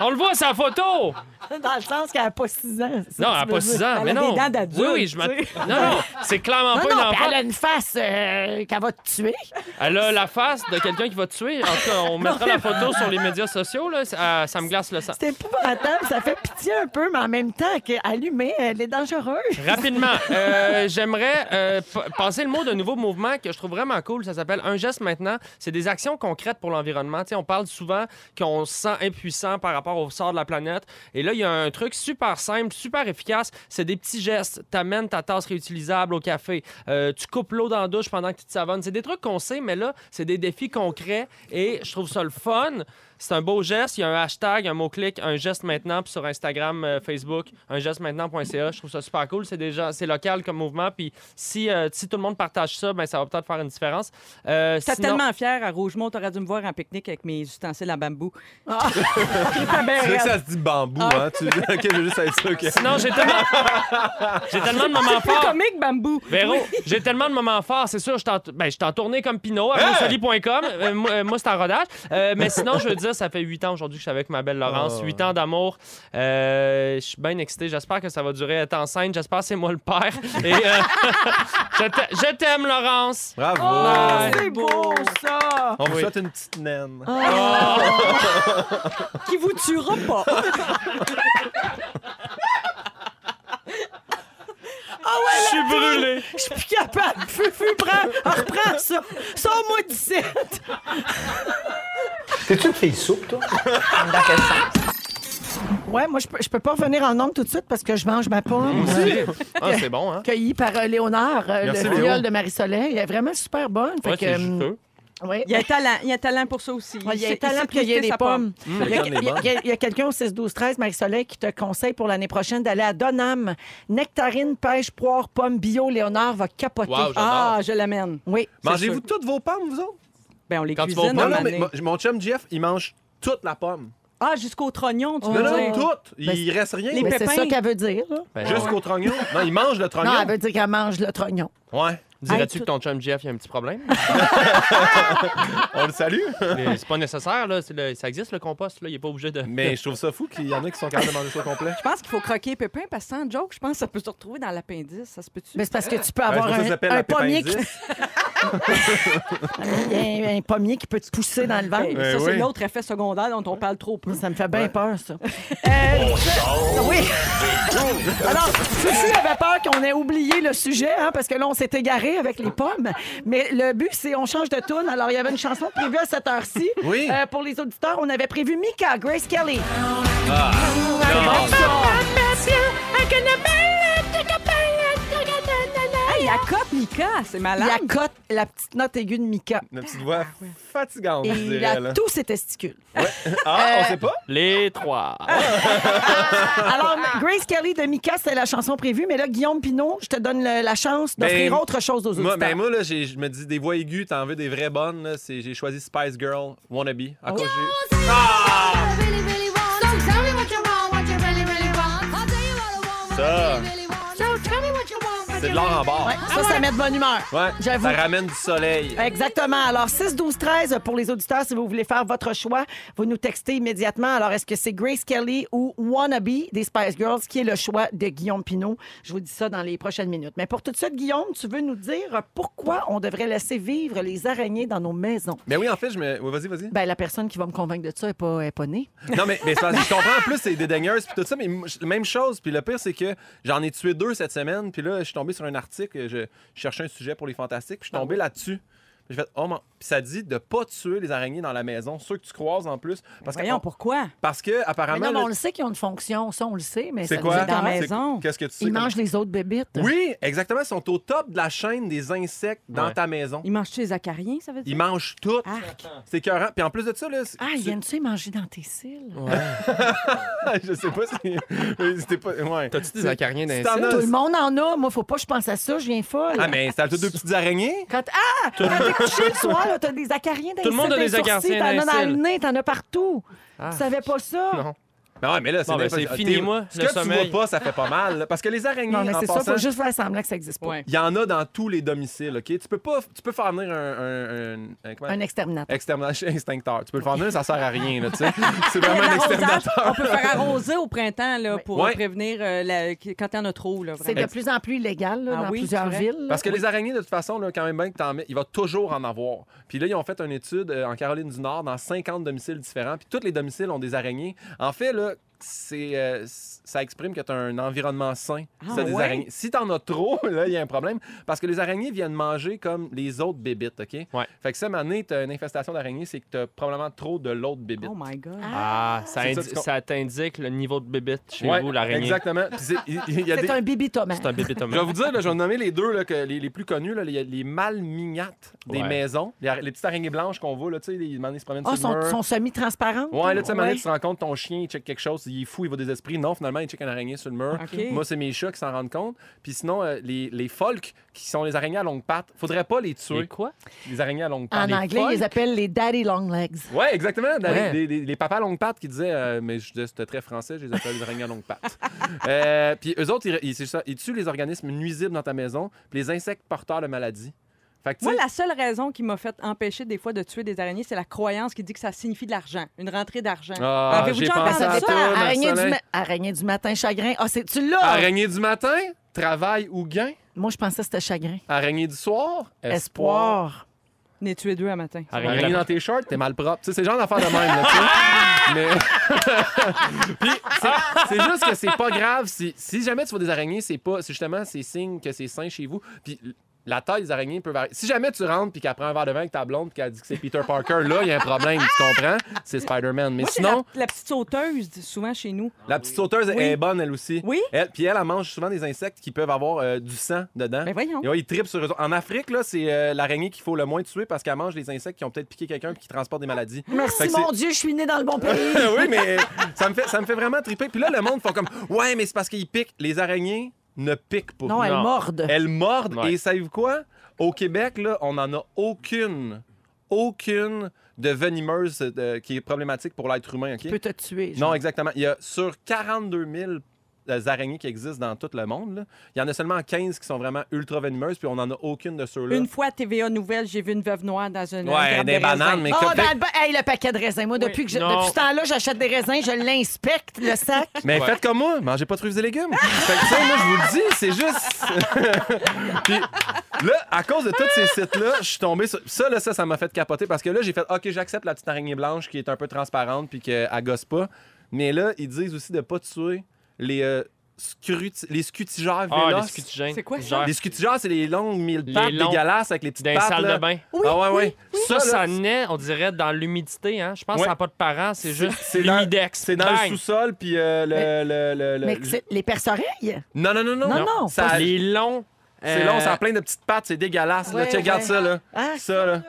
S2: On le voit, sa photo!
S1: Dans le sens qu'elle n'a pas 6 ans. c'est ça
S2: Non,
S1: que
S2: elle
S1: tu
S2: n'a
S1: veux
S2: pas 6
S1: dire.
S2: ans, mais
S1: Elle a
S2: non.
S1: des dents d'adulte.
S2: oui, oui, je m'att-
S1: tu sais.
S2: Non, non, c'est clairement
S1: Non,
S2: pas
S1: non,
S2: une
S1: puis
S2: enfant.
S1: elle a une face euh, qu'elle va te tuer.
S2: Elle a la face de quelqu'un qui va te tuer. En tout cas, on mettra la photo sur les médias sociaux, là. C'est- ah, ça me glace le sang.
S1: C'est épouvantable, ça fait pitié un peu, mais en même temps, qu'allumée, elle est dangereuse.
S2: Rapidement, euh, j'aimerais euh, p- passer le mot d'un nouveau mouvement que je trouve vraiment cool. Ça s'appelle Un geste maintenant. C'est des actions concrètes pour l'environnement. Tu sais, on parle souvent qu'on se sent impuissant par rapport au sort de la planète. Et là, il y a un truc super simple, super efficace. C'est des petits gestes. T'amènes ta tasse réutilisable au café. Euh, tu coupes l'eau dans la douche pendant que tu te savonnes. C'est des trucs qu'on sait, mais là, c'est des défis concrets. Et je trouve ça le fun. C'est un beau geste. Il y a un hashtag, un mot-clic, un geste maintenant. Puis sur Instagram, euh, Facebook, un geste maintenant.ca. Je trouve ça super cool. C'est déjà c'est local comme mouvement. Puis si, euh, si tout le monde partage ça, ben, ça va peut-être faire une différence. Euh,
S4: T'es
S2: sinon-
S4: tellement fière à Rougemont, t'aurais dû me voir en pique-nique avec mes ustensiles à bambou.
S1: Ah.
S2: euh,
S3: C'est vrai que ça se dit bambou, hein? Tu... ok, je veux juste être sûr que.
S2: Sinon, j'ai tellement... j'ai tellement de moments
S4: Plus
S2: forts.
S4: comique, bambou!
S2: Véro, j'ai tellement de moments forts, c'est sûr, je suis en- ben, je suis en tournée comme Pinot à rosely.com. Euh, moi, euh, moi, c'est en rodage. Euh, mais sinon, je veux dire, ça fait huit ans aujourd'hui que je suis avec ma belle Laurence.
S3: Oh.
S2: Huit ans d'amour. Euh, je suis bien excité. J'espère que ça va durer. Elle est enceinte. J'espère que c'est moi le père. Et, euh, je t'a- je t'aime, Laurence.
S3: Bravo!
S2: Bye.
S1: Ah, C'est beau, ça!
S3: On vous
S2: Oui.
S3: souhaite une petite naine.
S1: Ah, Qui vous tuera pas. Ah Ah ouais,
S2: Je
S1: là,
S2: suis brûlé.
S1: je suis plus capable. Fufu, prends, reprends ça. Sors-moi d'ici.
S5: T'es-tu une fille souple, toi?
S6: Dans quel sens?
S1: Ouais, moi, je peux, je peux pas revenir en nombre tout de suite parce que je mange ma pomme.
S2: Ah, c'est bon, hein?
S1: Cueillie par euh, Léonard, euh,
S3: Merci,
S1: le
S3: Léo.
S1: viol de Marie-Soleil. Elle est vraiment super bonne. Fait
S2: Ouais,
S1: que,
S2: c'est
S1: hum,
S3: euh,
S2: juteux.
S1: ouais.
S4: Il y a talent, il y a talent pour ça aussi.
S1: Ouais, Il y a
S4: sait-
S1: un talent
S4: sait
S1: pour cueillir
S4: twister
S1: des
S4: sa pomme.
S1: pommes. Il y a, il y a- il y a- il y a quelqu'un au 6-12-13, Marie-Soleil, qui te conseille pour l'année prochaine d'aller à Donham. Nectarine, pêche, poire, pomme bio. Léonard va capoter.
S2: Wow, j'adore.
S4: Ah, je l'amène.
S1: oui. c'est
S3: Mangez-vous
S1: sûr.
S3: toutes vos pommes, vous autres?
S4: Ben, on les
S2: Quand tu vas au
S4: cuisine.
S3: Non,
S4: à
S2: Non,
S3: non,
S4: maner.
S3: mais mon- mon chum Jeff, il mange toute la pomme.
S4: Ah, jusqu'au trognon, tu
S1: Non,
S4: veux
S3: Non,
S4: dire?
S3: non, toute!
S1: Ben,
S3: Il reste rien.
S4: les
S1: Mais c'est
S4: pépins.
S1: ça qu'elle veut dire. là.
S2: Ben,
S3: Jusqu'au trognon. Non, il mange le trognon.
S1: Non, elle veut dire qu'elle mange le trognon.
S3: Ouais.
S2: Dirais-tu
S1: Hey,
S2: que ton chum Jeff, il y a un petit problème?
S3: On le salue.
S2: Mais c'est pas nécessaire, là. C'est le- Ça existe, le compost, là. Il est pas obligé de...
S3: Mais je trouve ça fou qu'il y en a qui sont capables de manger ça au complet.
S4: Je pense qu'il faut croquer Pépin parce que sans joke, je pense que ça peut se retrouver dans l'appendice. Ça se peut-tu?
S1: Mais c'est parce que tu peux
S3: Ben, c'est
S1: avoir
S3: pour ça que ça
S1: un,
S3: s'appelle
S1: un
S3: la
S1: pommier qui,
S3: pépindice.
S1: un, un pommier qui peut te pousser dans le
S4: Hey,
S1: ventre.
S3: Ben
S4: ça, c'est
S3: oui.
S4: l'autre effet secondaire dont on parle trop peu.
S1: Ça me fait bien peur, ça. Euh, je- Oui. Alors, Fufu avait peur qu'on ait oublié le sujet, hein, parce que là, on s'est égaré avec les pommes. Mais le but, c'est on change de tune. Alors, il y avait une chanson prévue à cette heure-ci.
S3: Oui.
S1: Euh, pour les auditeurs, on avait prévu Mika, Grace Kelly.
S4: Hey, la cote, Mika, c'est malade.
S1: La cote, la petite note aiguë de Mika.
S3: Une petite voix fatigante,
S1: Ah, Et
S3: je
S1: il
S3: dirais.
S1: a euh,
S3: Là.
S1: tous ses testicules.
S3: Ah, on sait pas?
S2: Les trois.
S1: Alors, Grace Kelly de Mika, c'est la chanson prévue. Mais là, Guillaume Pinot, je te donne le- la chance d'offrir
S3: Ben,
S1: autre chose aux
S3: Moi,
S1: auditeurs.
S3: ben moi, là, j'ai- je me dis des voix aiguës, t'en veux des vraies bonnes. là, c'est- J'ai choisi Spice Girl, Wannabe. À cause j'ai- C'est de l'or en barre.
S1: Ah Ouais, ça, ça met de bonne humeur.
S3: Ouais.
S1: J'avoue.
S3: Ça ramène du soleil.
S1: Exactement. Alors, 6, 12, 13 pour les auditeurs, si vous voulez faire votre choix, vous nous textez immédiatement. Alors, est-ce que c'est Grace Kelly ou Wannabe des Spice Girls qui est le choix de Guillaume Pinot? Je vous dis ça dans les prochaines minutes. Mais pour tout de suite, Guillaume, tu veux nous dire pourquoi on devrait laisser vivre les araignées dans nos maisons?
S3: Mais Ben oui, en fait, je me. Oui, vas-y, vas-y.
S1: Ben, la personne qui va me convaincre de ça n'est pas, est pas née.
S3: Non, mais, mais c'est parce que je comprends en plus, c'est dédaigneuse, puis tout ça, mais m- même chose. Puis le pire, c'est que j'en ai tué deux cette semaine, puis là, je suis tombé sur un article, je cherchais un sujet pour les fantastiques,
S1: Ah
S3: puis je suis tombé là-dessus. Puis J'ai fait, oh mon. Puis ça dit de pas tuer les araignées dans la maison, ceux que tu croises en plus. Parce que,
S4: Voyons, pourquoi?
S3: parce que
S1: Mais
S3: apparemment.
S1: non, mais
S3: là,
S1: on le sait qu'ils ont une fonction, ça, on le sait, mais
S3: Ah, c'est
S1: ça
S3: quoi?
S1: nous est dans la
S4: C'est-
S1: maison.
S4: maison.
S3: Qu'est-ce que tu sais?
S1: Ils
S3: comme-
S1: mangent les autres bébites.
S3: Oui, exactement. Ils sont au top de la chaîne des insectes dans
S2: Ouais.
S3: ta maison.
S4: Il mange-tu les acariens, ça veut dire?
S3: Ils mangent tout.
S4: Arc.
S3: C'est écœurant. Puis en plus de ça, là, c'est-
S1: Ah,
S3: tu-
S1: ils viennent-tu manger dans tes cils?
S3: je sais pas si. C'était pas. Ouais.
S2: T'as-tu des acariens
S3: Si
S2: dans
S3: t'en
S2: les-
S3: as-
S1: Tout le monde en a. Moi, faut pas que je pense à ça, je viens folle.
S3: Ah, mais t'as deux petites araignées?
S1: Quand, ah! Quand t'es couché le soir, là, t'as des acariens dans
S2: Tout le monde a
S1: les cils,
S2: des
S1: dans les sourcils,
S2: acariens dans
S1: T'en as
S2: les
S1: dans le
S2: cils.
S3: Ah.
S1: nez, t'en as partout. Tu savais pas ça?
S2: Non.
S3: Ben ouais, mais là, c'est
S2: Bon, ben,
S3: n'importe-
S2: c'est
S3: t'es-
S2: fini, moi,
S3: Ce
S2: le
S3: que tu
S2: sommeil.
S3: vois pas, ça fait pas mal. là. Parce que les araignées,
S1: Non, mais
S3: en
S1: c'est ça,
S3: passant,
S1: faut juste faire semblant que ça existe pas.
S4: Ouais.
S3: il y en a dans tous les domiciles, OK? Tu peux pas... Tu peux faire venir un... un, un- un- comment?
S1: Un exterminateur.
S3: Exterminateur, extincteur. Tu peux le faire venir, ça sert à rien, là, tu sais. C'est vraiment un
S4: L'arrosage,
S3: exterminateur.
S4: on peut faire arroser au printemps là, pour
S3: Ouais.
S4: prévenir euh, la- quand il y en a trop. Là,
S1: C'est
S4: vraiment.
S1: de plus en plus illégal là,
S4: Ah
S1: dans
S4: oui,
S1: plusieurs
S4: c'est vrai.
S1: villes. là.
S3: Parce que les araignées, de toute façon, là, quand même bien que t'en mets, il va toujours en avoir. Puis là, ils ont fait une étude euh, en Caroline du Nord dans 50 domiciles différents. Puis tous les domiciles ont des araignées. En fait, là, c'est, euh, c- ça exprime que tu as un environnement sain. si t'as des
S4: ouais?
S3: araignées. Si t'en as trop, là, il y a un problème. Parce que les araignées viennent manger comme les autres bébites, OK?
S2: Ouais.
S3: Fait que ça, tu t'as une infestation d'araignées, c'est que t'as probablement trop de l'autre bébite.
S4: Oh my God.
S2: Ah, ça,
S3: C'est ça,
S2: indi-
S3: tu com-
S2: ça t'indique le niveau de bébite chez
S3: Ouais,
S2: vous, l'araignée.
S3: Exactement. Puis c'est- il- il y a
S1: C'est
S3: des-
S1: un bibi
S2: C'est un bébé
S3: Je vais
S2: Thomas.
S3: vous dire, là, je vais nommer les deux là, que les, les plus connus, là, les, les malmignates des
S2: Ouais.
S3: maisons, les, ara- les petites araignées blanches qu'on voit, là, tu sais, les ils se promènent
S1: Oh,
S3: sur le
S1: sont,
S3: mur.
S1: sont semi-transparentes.
S3: Ouais, là, tu sais, à un moment
S1: Ouais.
S3: donné, tu te rends compte, ton chien, il check quelque chose, il est fou, il va des esprits. Non, finalement, il check une araignée sur le mur.
S4: OK.
S3: Moi, c'est mes chats qui s'en rendent compte. Puis sinon, euh, les, les folks, qui sont les araignées à longues pattes, faudrait pas les tuer,
S2: C'est quoi?
S3: les araignées à longues pattes.
S1: En
S3: Les
S1: anglais, ils
S3: folks-
S1: les appellent les daddy long legs.
S3: Ouais, exactement. Dans les-
S2: Ouais.
S3: Les, les- les papas longues pattes qui disaient, euh, mais je disais, c'était très français, je les appelle les araignées à longues pattes. Euh, puis eux autres, ils, ils- c'est ça, ils tuent les organismes nuisibles dans ta maison, puis les insectes porteurs de maladies. Fait que, tu
S4: Moi,
S3: sais,
S4: la seule raison qui m'a fait empêcher des fois de tuer des araignées, c'est la croyance qui dit que ça signifie de l'argent, une rentrée d'argent.
S3: Ah,
S4: Avez-vous
S3: j'ai
S4: déjà
S3: pensé
S4: entendu
S3: à
S4: ça?
S3: toi. Marcelin.
S1: Araignée du, ma- araignée du matin, chagrin. Ah, c'est tu l'as?
S3: araignée du matin, travail ou gain.
S1: Moi, je pensais que c'était chagrin.
S3: Araignée du soir, espoir.
S1: Espoir.
S4: J'en ai tué deux un matin.
S2: Araignée
S3: Araignée
S2: la-
S3: dans tes shorts, t'es mal propre. Tu sais, c'est le genre d'affaire de même, là, tu sais. Mais... Puis, c'est- c'est juste que c'est pas grave. Si, si jamais tu vois des araignées, c'est pas... C'est justement, c'est signe que c'est sain chez vous. Puis la taille des araignées peut varier. Si jamais tu rentres puis qu'elle prend un verre de vin avec ta blonde puis qu'elle dit que c'est Peter Parker, là, il y a un problème, tu comprends? C'est Spider-Man. Mais
S4: Moi, c'est
S3: sinon...
S4: la, la petite sauteuse souvent chez nous.
S3: La petite sauteuse
S4: Oui.
S3: elle est bonne, elle aussi.
S4: Oui.
S3: Elle, puis elle, elle mange souvent des insectes qui peuvent avoir euh, du sang dedans.
S4: Mais Ben voyons.
S3: Et ouais, ils tripent sur eux autres. En Afrique, là, c'est euh, l'araignée qu'il faut le moins tuer parce qu'elle mange les insectes qui ont peut-être piqué quelqu'un et qui transportent des maladies. Fait
S1: Merci,
S3: que
S1: mon Dieu, je suis née dans le bon pays.
S3: c'est- oui, mais ça me, fait, ça me fait vraiment triper. Puis là, le monde font comme Ouais, mais c'est parce qu'ils piquent. Les araignées ne piquent pas.
S1: non, elles
S2: Non.
S1: mordent.
S3: Elles mordent.
S2: Ouais.
S3: Et savez-vous quoi? Au Québec, là, on n'en a aucune, aucune de venimeuse euh, qui est problématique pour l'être humain. OK?
S1: Tu peux te tuer. genre.
S3: Non, exactement. Il y a sur 42 000 araignées qui existent dans tout le monde, là, il y en a seulement 15 qui sont vraiment ultra venimeuses, puis on n'en a aucune de ceux-là.
S4: Une fois à TVA Nouvelle, j'ai vu une veuve noire dans une. une
S3: Ouais,
S4: grappe
S3: des
S4: de raisin.
S3: bananes, mais
S1: Oh,
S3: comme-
S1: dans le ba- hey, le paquet de raisins. Moi, depuis, que je-
S2: Non.
S1: depuis ce temps-là, j'achète des raisins, je l'inspecte, le sac.
S3: Mais
S2: Ouais.
S3: faites comme moi, mangez pas de fruits et légumes. fait que ça, moi, je vous le dis, c'est juste. Puis là, à cause de tous ces sites-là, je suis tombé sur. Ça, là, ça, ça m'a fait capoter parce que là, j'ai fait OK, j'accepte la petite araignée blanche qui est un peu transparente puis qu'elle gosse pas. Mais là, ils disent aussi de pas tuer les, euh, scruti- les scutigères
S2: Ah, les
S3: véloces.
S2: scutigènes.
S4: C'est quoi ça?
S2: Genre,
S3: Les scutigères, c'est les longues mille
S2: Les
S3: pattes
S2: longs-
S3: dégueulasses avec les petites
S2: Dans les
S3: pattes.
S2: salles
S3: là.
S2: de bain.
S3: ah ouais, ouais.
S2: Ça,
S3: là,
S2: ça naît, on dirait, dans l'humidité. Hein? Je pense
S3: Ouais.
S2: que ça n'a pas de parents, c'est juste
S3: c'est dans,
S2: l'humidex.
S3: c'est dans
S2: Bang!
S3: le sous-sol, puis euh, le, le- le- le-
S1: Mais que c'est- les perce-oreilles?
S3: Non, non, non, non.
S1: Non, non,
S3: Ça-
S1: pas-
S2: Les longs.
S3: C'est
S2: euh,
S3: long, ça a plein de petites pattes, c'est dégueulasse. là.
S1: Ouais,
S3: Tiens, regarde
S1: ouais.
S3: ça, là.
S1: Ah,
S3: Ça, là.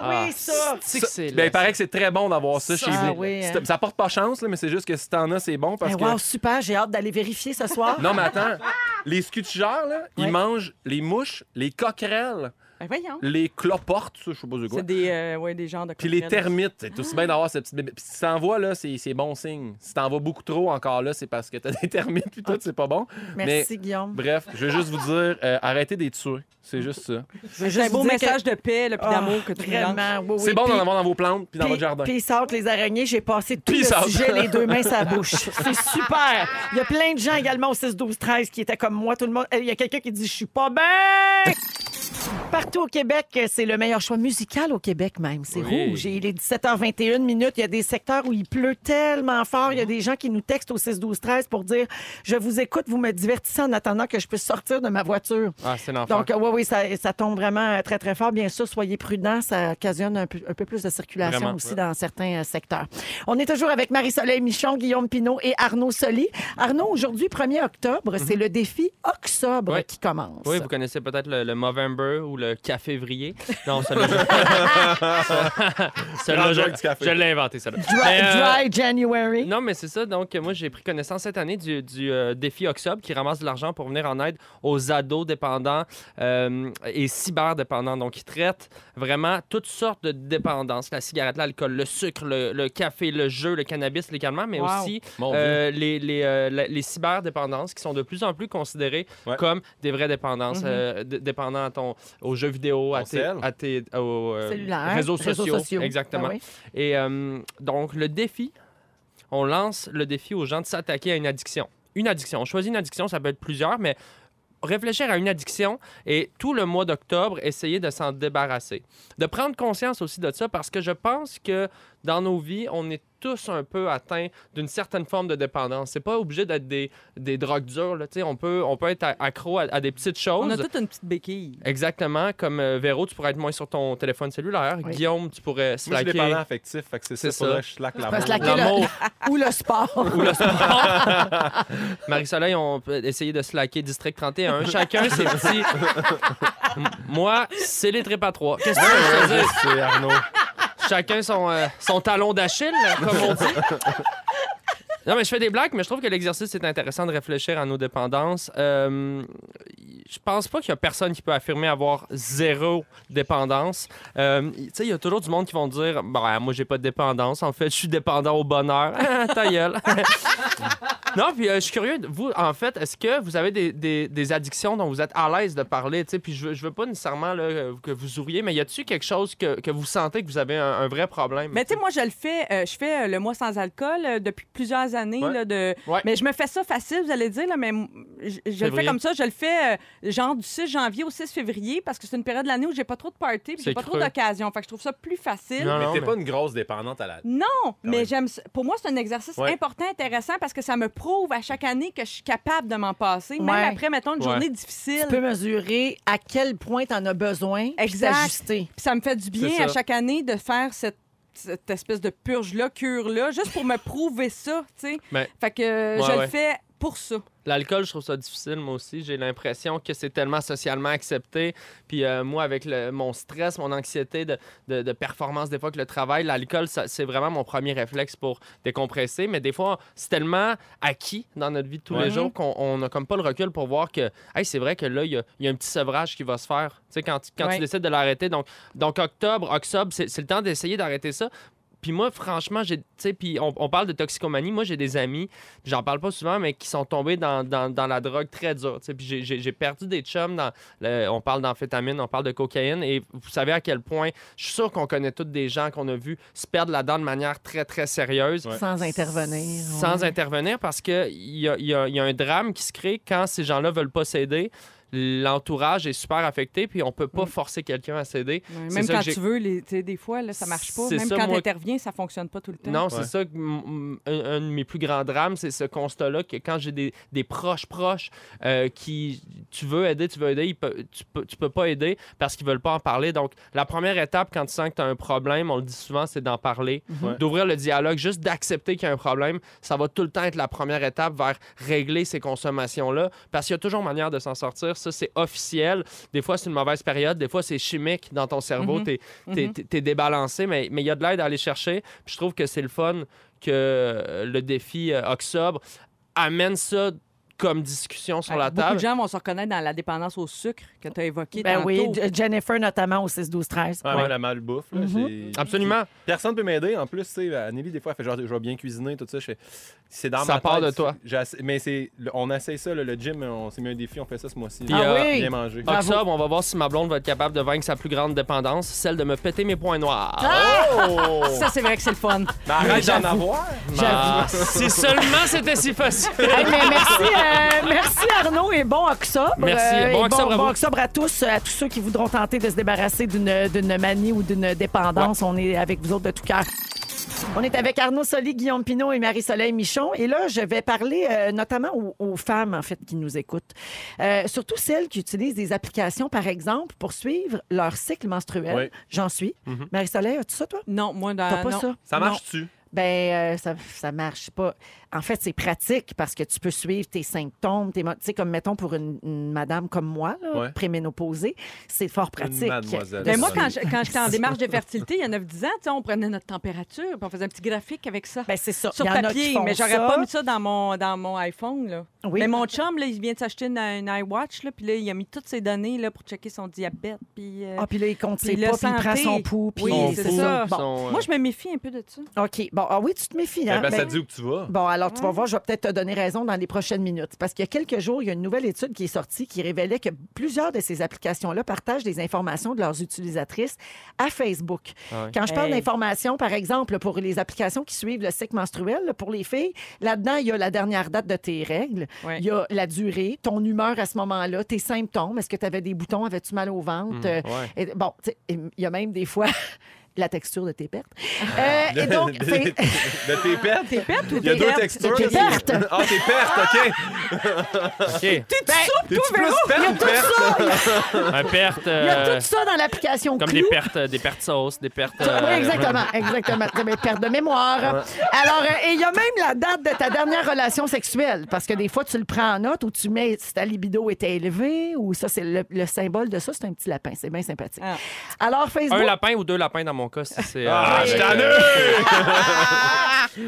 S1: ah oui, ça.
S2: c'est que
S3: Ça-
S2: c'est
S3: ben,
S2: laid.
S3: il paraît que c'est très bon d'avoir ça,
S1: Ça,
S3: chez vous.
S1: oui, hein.
S3: C'est- Ça porte pas chance, là, mais c'est juste que si t'en as, c'est bon parce
S1: Ben,
S3: que.
S1: wow, super, j'ai hâte d'aller vérifier ce soir.
S3: Non, mais attends. Les scutigères, là,
S1: Ouais.
S3: ils mangent les mouches, les coquerelles,
S4: Ben voyons.
S3: les cloportes, ça, je sais pas c'est quoi.
S4: C'est des, euh, ouais, des genres de.
S3: Puis les
S4: coquerelles.
S3: termites, c'est aussi bien d'avoir cette petite bébé. Puis si t'en vois, là, c'est c'est bon signe. Si t'en vois beaucoup trop encore là, c'est parce que t'as des termites puis tout, c'est pas bon.
S1: Ah. Merci,
S3: Mais
S1: Guillaume.
S3: bref, je veux juste vous dire, euh, arrêtez des tuer. C'est juste ça.
S4: C'est un beau
S1: Juste dire
S4: message de paix là, puis
S1: Ah,
S4: d'amour que tu nous lances.
S1: Vraiment, oui, oui.
S3: c'est bon
S1: Puis-
S3: d'en avoir dans vos plantes puis dans
S1: Puis-
S3: votre jardin.
S1: Puis sortent les araignées. J'ai passé tout
S3: Peace
S1: le
S3: out.
S1: sujet les deux mains sa bouche. C'est super. Il y a plein de gens également au 6 12 13 qui étaient comme moi. Tout le monde. Eh, Il y a quelqu'un qui dit je suis pas bien. Partout au Québec, c'est le meilleur choix musical au Québec même. C'est
S2: Oui.
S1: rouge. Et il est 17h21 minutes. Il y a des secteurs où il pleut tellement fort. Il y a des gens qui nous textent au 6 12 13 pour dire je vous écoute, vous me divertissez en attendant que je puisse sortir de ma voiture.
S2: Ah, c'est l'enfer.
S1: Donc, oui, oui, ça, ça tombe vraiment euh, très, très fort. Bien sûr, soyez prudents. Ça occasionne un peu, un peu plus de circulation
S2: Vraiment.
S1: aussi dans certains euh, secteurs. On est toujours avec Marie-Soleil Michon, Guillaume Pinault et Arnaud Soli. Arnaud, aujourd'hui, 1er octobre, c'est le défi Octobre
S2: Mhm. Ouais.
S1: qui commence.
S2: Oui, vous connaissez peut-être le, le Movember ou le le cafévrier. Non, celle-là, je- Celle-là,
S3: Grande
S2: je,
S3: joke du café.
S2: je l'ai inventé, celle-là.
S1: Dry,
S2: Mais, euh,
S1: dry January.
S2: non, mais c'est ça. Donc, moi, j'ai pris connaissance cette année du, du, euh, défi Oxob qui ramasse de l'argent pour venir en aide aux ados dépendants euh, et cyberdépendants. Donc, ils traitent vraiment toutes sortes de dépendances la cigarette, l'alcool, le sucre, le, le café, le jeu, le cannabis, les calmants, mais
S4: Wow.
S2: aussi
S3: Mon
S2: euh, les, les, euh, la- les cyberdépendances qui sont de plus en plus considérées
S3: Ouais.
S2: comme des vraies dépendances, euh, d- dépendant à ton, aux jeux vidéo, à
S3: Ton
S2: tes,
S3: sel.
S2: à tes- aux, euh,
S1: Cellulaire, hein?
S2: réseaux, sociaux, Exactement.
S1: Ah oui.
S2: Et euh, donc, le défi, on lance le défi aux gens de s'attaquer à une addiction. Une addiction. On choisit une addiction, ça peut être plusieurs, mais réfléchir à une addiction et tout le mois d'octobre, essayer de s'en débarrasser. De prendre conscience aussi de ça parce que je pense que dans nos vies, on est tous un peu atteints d'une certaine forme de dépendance. C'est pas obligé d'être des, des drogues dures. Là, tu sais, on, peut, on peut être a- accro à, à des petites choses.
S4: On a toute une petite béquille.
S2: Exactement, comme euh, Véro, tu pourrais être moins sur ton téléphone cellulaire.
S1: Oui.
S2: Guillaume, tu pourrais
S3: Moi, je suis
S2: slacker.
S3: dépendant affectif, fait que c'est
S2: C'est
S3: ça.
S2: ça.
S3: Faudrait que je slack
S2: Ah
S3: la
S1: Parce que la-
S3: main.
S2: L'amour
S1: Ou le sport.
S2: ou le sport. Marie-Soleil, on peut essayer de slacker District 31. Chacun ses petits. M- Moi, c'est les tripes à trois. Qu'est-ce que tu veux que je te dise?
S3: C'est Arnaud.
S2: Chacun son, euh, son talon d'Achille, comme on dit. Non, mais je fais des blagues, mais je trouve que l'exercice est intéressant de réfléchir à nos dépendances. Euh, je pense pas qu'il y a personne qui peut affirmer avoir zéro dépendance. Euh, tu sais, il y a toujours du monde qui vont dire bah, Moi, j'ai pas de dépendance. En fait, je suis dépendant au bonheur. Ah, Ta gueule. non, puis euh, je suis curieux. de- Vous, en fait, est-ce que vous avez des, des- des addictions dont vous êtes à l'aise de parler tu sais, Puis je, veux- je veux pas nécessairement là, euh, que vous ouvriez, mais y a-tu quelque chose que, que vous sentez que vous avez un, un vrai problème
S4: Mais tu sais, moi, je le fais, euh, je fais euh, le mois sans alcool euh, depuis plusieurs années.
S3: Ouais.
S4: là, de...
S2: Ouais.
S4: Mais je me fais ça facile, vous allez dire, là, mais m- je, je le fais
S2: Février.
S4: comme ça. Je le fais euh, genre du 6 janvier au 6 février parce que c'est une période de l'année où j'ai pas trop de party puis
S2: C'est
S4: j'ai pas trop
S2: creux.
S4: d'occasion. Fait que je trouve ça plus facile.
S2: Non,
S3: Mais
S2: non,
S3: t'es
S2: mais-
S3: pas une grosse dépendante à la.
S4: Non, mais
S3: même.
S4: j'aime. ça. Pour moi, c'est un exercice
S3: Ouais.
S4: important, intéressant, parce que ça me prouve à chaque année que je suis capable de m'en passer, même
S1: Ouais.
S4: après, mettons, une
S2: Ouais.
S4: journée
S1: Tu
S4: difficile.
S1: peux mesurer à quel point tu en as besoin puis
S4: Exact.
S1: t'ajuster.
S4: Puis ça me fait du
S2: C'est
S4: bien
S2: ça.
S4: à chaque année de faire cette, cette espèce de purge-là, cure-là, juste pour me prouver ça, tu sais.
S2: Ben,
S4: fait que euh,
S2: ouais,
S4: je
S2: ouais.
S4: le fais pour ça.
S2: L'alcool, je trouve ça difficile, moi aussi. J'ai l'impression que c'est tellement socialement accepté. Puis euh, moi, avec le- mon stress, mon anxiété de, de- de performance, des fois que le travail, l'alcool, ça- c'est vraiment mon premier réflexe pour décompresser. Mais des fois, c'est tellement acquis dans notre vie de tous
S3: Ouais.
S2: les jours qu'on on n'a comme pas le recul pour voir que hey, c'est vrai que là, il y, a- il y a un petit sevrage qui va se faire. Tu sais, quand, tu- quand
S4: Ouais.
S2: tu décides de l'arrêter. Donc, donc octobre, octobre, c'est c'est le temps d'essayer d'arrêter ça. Puis moi, franchement, j'ai, tu sais, puis on, on parle de toxicomanie. Moi, j'ai des amis, j'en parle pas souvent, mais qui sont tombés dans, dans- dans la drogue très dure. tu sais. Puis j'ai- j'ai j'ai perdu des chums. Dans le- on parle d'amphétamine, on parle de cocaïne. Et vous savez à quel point, je suis sûr qu'on connaît tous des gens qu'on a vus se perdre là-dedans de manière très, très sérieuse.
S3: Ouais.
S1: Sans intervenir.
S2: Sans intervenir parce qu'il y a, il y a- il y a un drame qui se crée quand ces gens-là veulent pas s'aider. L'entourage est super affecté, puis on peut
S1: Mm.
S2: pas forcer quelqu'un à s'aider. C'est
S4: Même
S2: ça que
S4: quand
S2: j'ai-
S4: tu veux, les- tu sais, des fois, là, ça marche pas.
S2: C'est
S4: Même
S2: ça,
S4: quand
S2: moi-
S4: t'interviens, ça fonctionne pas tout le temps.
S2: Non,
S3: Ouais.
S2: c'est ça, que m- m- un, un de mes plus grands drames, c'est ce constat-là que quand j'ai des, des proches proches euh, qui, tu veux aider, tu veux aider, ils pe- tu, peux, tu peux pas aider parce qu'ils veulent pas en parler. Donc, la première étape quand tu sens que tu as un problème, on le dit souvent, c'est d'en parler,
S3: Ouais.
S2: d'ouvrir le dialogue, juste d'accepter qu'il y a un problème. Ça va tout le temps être la première étape vers régler ces consommations-là parce qu'il y a toujours manière de s'en sortir. Ça, c'est officiel. Des fois, c'est une mauvaise période. Des fois, c'est chimique dans ton cerveau.
S4: Mhm.
S2: T'es- t'es,
S4: Mhm.
S2: t'es- t'es débalancé, mais mais il y a de l'aide à aller chercher. Puis je trouve que c'est le fun que euh, le défi euh, Oxobre amène ça comme discussion sur
S4: Fait que
S2: la
S4: Beaucoup de
S2: table.
S4: gens vont se reconnaître dans la dépendance au sucre que tu as évoquée
S1: Ben
S4: tantôt.
S1: oui, J- Jennifer notamment au 6-12-13.
S2: Ah,
S3: Ouais, moi, la malbouffe. là,
S1: Mhm.
S3: j'ai-
S2: Absolument.
S3: Personne peut m'aider. En plus, tu sais, Anneli, des fois, elle fait genre, je vais bien cuisiner, tout ça. Je fais, c'est dans
S2: Ça
S3: ma
S2: part
S3: tête.
S2: de toi.
S3: J'ai assez- Mais c'est, le- on essaie ça, là, le gym, on s'est mis un défi, on fait ça ce mois-ci.
S2: Puis,
S1: Ah
S2: euh,
S1: oui?
S3: Bien manger.
S1: Ah. Bravo.
S2: Oxobre, on va voir si ma blonde va être capable de vaincre sa plus grande dépendance, celle de me péter mes points noirs.
S1: Ah!
S3: Oh!
S4: Ça, c'est vrai que c'est le fun.
S3: Mais Ben, arrête d'en avoir!
S2: Ah, si seulement c'était si facile.
S1: Hey, mais merci, euh, merci Arnaud et bon octobre.
S2: Merci.
S1: Euh, et
S2: Bon octobre à vous.
S1: octobre à tous, euh, à tous ceux qui voudront tenter de se débarrasser d'une d'une manie ou d'une dépendance. On est avec vous autres de tout cœur. On est avec Arnaud Soli, Guillaume Pinot et Marie-Soleil Michon. Et là, je vais parler euh, notamment aux, aux femmes, en fait, qui nous écoutent. Euh, surtout celles qui utilisent des applications, par exemple, pour suivre leur cycle menstruel.
S3: Oui.
S1: J'en suis.
S2: Mhm.
S1: Marie-Soleil, as-tu ça, toi?
S4: Non, moi, dans.
S1: T'as pas
S4: non.
S1: ça?
S3: Ça
S4: Non.
S3: marche-tu?
S1: Ben, euh, ça, ça marche pas. en fait, c'est pratique parce que tu peux suivre tes symptômes, tes, mo- tu sais, comme mettons pour une, une madame comme moi, là,
S3: Ouais.
S1: préménopausée, c'est fort pratique.
S3: mademoiselle.
S1: de
S4: Mais Ben, moi,
S1: suivre.
S4: quand je- quand j'étais en démarche de fertilité, il y a 9-10 ans, tu sais, on prenait notre température, puis on faisait un petit graphique avec ça.
S1: Ben, c'est ça.
S4: sur
S1: Il y en a qui
S4: papier,
S1: font
S4: mais j'aurais
S1: ça.
S4: pas mis ça dans mon, dans mon iPhone. Là.
S1: Oui.
S4: Mais mon chum, là, il vient de s'acheter une, une iWatch, là, puis là, il a mis toutes ses données là, pour checker son diabète. Puis, euh,
S1: Ah, puis là, il compte ses
S4: puis
S1: pas,
S4: la
S1: puis il prend
S4: santé.
S1: son pouls. puis-
S4: Oui,
S1: c'est
S4: c'est ça.
S1: Bon,
S2: Son, euh,
S4: Moi, je me méfie un peu de ça.
S1: OK. Bon, ah oui, tu te méfies.
S3: Eh
S1: Hein?
S3: ben,
S1: Mais-
S3: ça dit où que tu vas.
S1: Bon, alors tu vas voir, je vais peut-être te donner raison dans les prochaines minutes. Parce qu'il y a quelques jours, il y a une nouvelle étude qui est sortie qui révélait que plusieurs de ces applications-là partagent des informations de leurs utilisatrices à Facebook.
S2: Ah ouais.
S1: Quand je parle
S4: Hey.
S1: d'informations, par exemple, pour les applications qui suivent le cycle menstruel, là, pour les filles, là-dedans, il y a la dernière date de tes règles,
S4: Ouais.
S1: il y a la durée, ton humeur à ce moment-là, tes symptômes, est-ce que tu avais des boutons, avais-tu mal au ventre? Euh,
S2: ouais.
S1: et- bon, tu sais, il y a même des fois... La texture de tes pertes. Euh, et donc,
S3: de,
S1: fait-
S3: de Ben, tes
S1: Ah,
S3: pertes.
S4: T'es pète ou
S3: Il y a
S4: t'es
S3: deux
S4: pète?
S3: textures.
S1: Tes
S3: là, c'est-
S1: pertes.
S3: Ah, tes pertes, OK.
S2: OK.
S3: Ben, T'es-tu plus perte ou perte?
S2: Un perte.
S1: il y a
S2: euh,
S1: tout ça dans l'application
S2: Comme
S1: Clou.
S2: des pertes, euh, des pertes sauce, des pertes.
S1: Oui,
S2: euh,
S1: exactement, exactement. Tu avais perte de mémoire. Alors, euh, et il y a même la date de ta dernière relation sexuelle, parce que des fois, tu le prends en note ou tu mets si ta libido était élevée ou ça, c'est le, le symbole de ça, c'est un petit lapin. C'est bien sympathique.
S4: Ah.
S1: Alors, Facebook.
S2: Un lapin ou deux lapins dans mon cas, si c'est. euh,
S3: Ah,
S2: avec,
S3: je
S2: euh,
S3: t'en ai!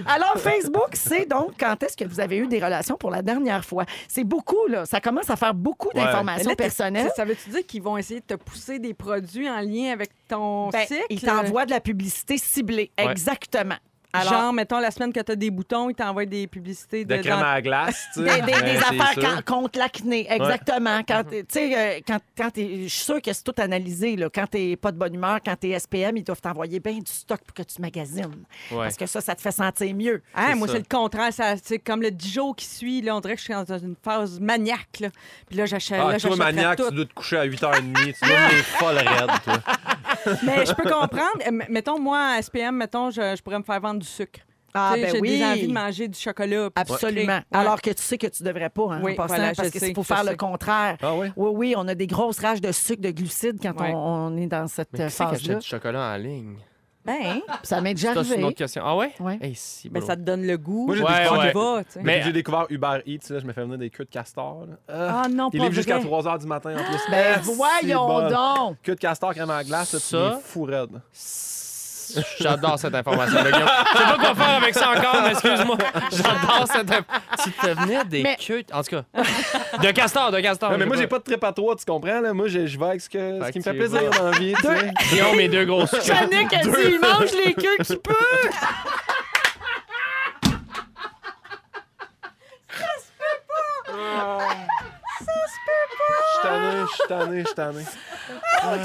S1: Alors, Facebook, c'est donc quand est-ce que vous avez eu des relations pour la dernière fois. C'est beaucoup, là. Ça commence à faire beaucoup
S3: Ouais.
S4: Mais
S1: d'informations
S4: là, t'es-
S1: personnelles.
S4: ça- Ça veut-tu dire qu'ils vont essayer de te pousser des produits en lien avec ton
S1: Ben,
S4: cycle?
S1: ils t'envoient de la publicité ciblée.
S2: Ouais.
S1: Exactement. Alors,
S4: Genre, mettons, la semaine que t'as des boutons, ils t'envoient des publicités de...
S3: De crème à la glace, tu
S1: Des,
S3: sais.
S1: des-
S3: Ouais,
S1: des
S3: c'est
S1: affaires
S3: sûr.
S1: quand- contre l'acné, exactement. Quand, t'es- tu sais, euh, quand, quand t'es- je suis sûre que c'est tout analysé. Là. Quand t'es pas de bonne humeur, quand t'es SPM, ils doivent t'envoyer bien du stock pour que tu magasines.
S2: Ouais.
S1: Parce que ça, ça te fait sentir mieux.
S4: Ah,
S2: C'est
S4: moi,
S2: ça.
S4: c'est le contraire. ça- C'est comme le 10 jours qui suit. Là, on dirait que je suis dans une phase maniaque. Là. Puis Euh, là, j'achète.
S3: Ah,
S4: là,
S3: toi,
S4: j'achèterais
S3: maniaque,
S4: tout.
S3: tu dois te coucher à 8h30. Tu dois être folle raide, toi.
S4: Mais je peux comprendre. Euh, m- Mettons, moi, à SPM, mettons, je, je pourrais me faire vendre du sucre.
S1: Ah,
S4: Tu sais,
S1: ben
S4: J'ai
S1: oui.
S4: des envies de manger du chocolat. puis du
S1: Absolument.
S4: sucré. Ouais.
S1: Alors que tu sais que tu devrais pas, hein,
S4: Oui,
S1: en passant,
S4: voilà, je
S1: parce que
S4: sais,
S1: c'est pour
S4: je
S1: faire le
S4: sais.
S1: contraire.
S3: Ah oui?
S1: Oui, oui, on a des grosses rages de sucre, de glucides quand
S4: Ouais.
S1: on, on est dans cette euh,
S2: Mais qui c'est qui
S1: phase-là.
S2: achète du chocolat en ligne?
S4: ben,
S1: Ça m'est déjà
S2: Ça, c'est une
S1: arrivé.
S2: autre question. Ah ouais?
S1: Ouais.
S2: Eh, si,
S4: ben,
S2: bro.
S4: ça te donne le goût.
S3: Moi, j'ai
S2: Ouais,
S4: tu
S2: ouais.
S4: y vas, tu sais.
S2: Mais-
S3: Mais j'ai découvert Uber Eats, là, je me fais venir des queues de castor. là. Ah,
S4: Ah non,
S3: il
S4: pas
S3: livre jusqu'à
S4: vrai.
S3: 3h du matin en plus.
S1: Ben
S3: Ah, c'est
S1: voyons
S3: bon.
S1: donc!
S3: Queue de castor, crème à la glace, là, tu
S2: Ça.
S3: es fou raide.
S2: J'adore cette information, le gars. Je sais pas quoi faire avec ça encore, mais excuse-moi. J'adore cette inf- Tu te venais des
S1: Mais-
S2: queues. En tout cas. De castor, de castor.
S3: Non, mais moi, j'ai pas de trip à toi, tu comprends? Là? Moi, je, je vais avec ce, que- ce
S2: Fait
S3: qui me
S2: que
S3: fait
S2: tu
S3: plaisir
S2: vas.
S3: dans la vie. tu sais.
S2: Guillaume, mes deux grosses queues.
S1: Yannick, elle dit, il mange les queues qu'il peut!
S3: Je suis tanné, je suis tanné, je suis tanné.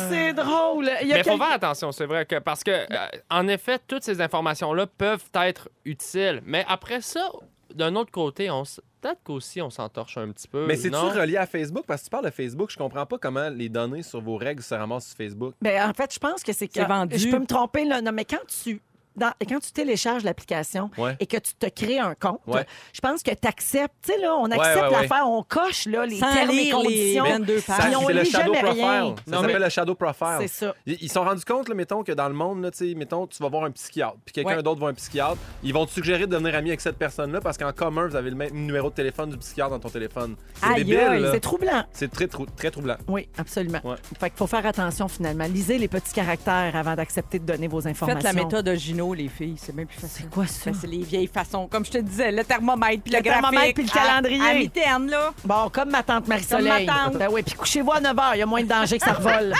S1: C'est drôle! Il y a
S2: Mais faut
S1: quelqu'un-
S2: faire attention, c'est vrai, que parce que, euh, en effet, toutes ces informations-là peuvent être utiles. Mais après ça, d'un autre côté, on s- peut-être qu'aussi on s'entorche un petit peu.
S3: Mais c'est-tu
S2: non?
S3: relié à Facebook? Parce que tu parles de Facebook, je comprends pas comment les données sur vos règles se ramassent sur Facebook.
S1: Ben, en fait, je pense que c'est que
S4: C'est vendu.
S1: je peux me tromper là, non, mais quand tu dans- quand tu télécharges l'application
S3: Ouais.
S1: et que tu te crées un compte,
S3: Ouais.
S1: je pense que tu acceptes, tu sais là, on
S3: Ouais, ouais,
S1: accepte
S3: ouais.
S1: l'affaire, on coche là les
S4: Sans
S1: termes et
S4: lire les
S1: conditions.
S4: 22
S1: Ça-
S4: pages.
S1: Puis on
S3: c'est le
S1: lit
S3: shadow
S1: jamais
S3: profile.
S1: rien.
S3: Ça
S2: Non,
S3: s'appelle
S2: mais-
S3: le shadow profile.
S1: C'est ça.
S3: Ils ils sont rendus compte, là, mettons, que dans le monde, là, tu sais, mettons, tu vas voir un psychiatre, puis quelqu'un
S4: Ouais.
S3: d'autre va un psychiatre. Ils vont te suggérer de devenir ami avec cette personne-là parce qu'en commun, vous avez le même numéro de téléphone du psychiatre dans ton téléphone. C'est
S4: Aïe,
S3: débile,
S4: aïe,
S3: là.
S1: C'est troublant.
S3: C'est très, trou- très troublant.
S1: Oui, absolument.
S3: Ouais.
S1: Fait qu'il faut faire attention finalement. Lisez les petits caractères avant d'accepter de donner vos informations.
S4: Faites la méthode de Gino, les filles. C'est bien plus facile.
S1: C'est quoi ça?
S4: Ben, c'est les vieilles façons. Comme je te disais, le thermomètre, puis
S1: Le
S4: le,
S1: thermomètre,
S4: graphique.
S1: puis le
S4: à-
S1: calendrier.
S4: À, mi-terme, là.
S1: Bon, comme ma tante Marie-Soleil.
S4: Comme ma tante.
S1: Ben oui, puis couchez-vous à 9 h, il y a moins de danger que ça revole.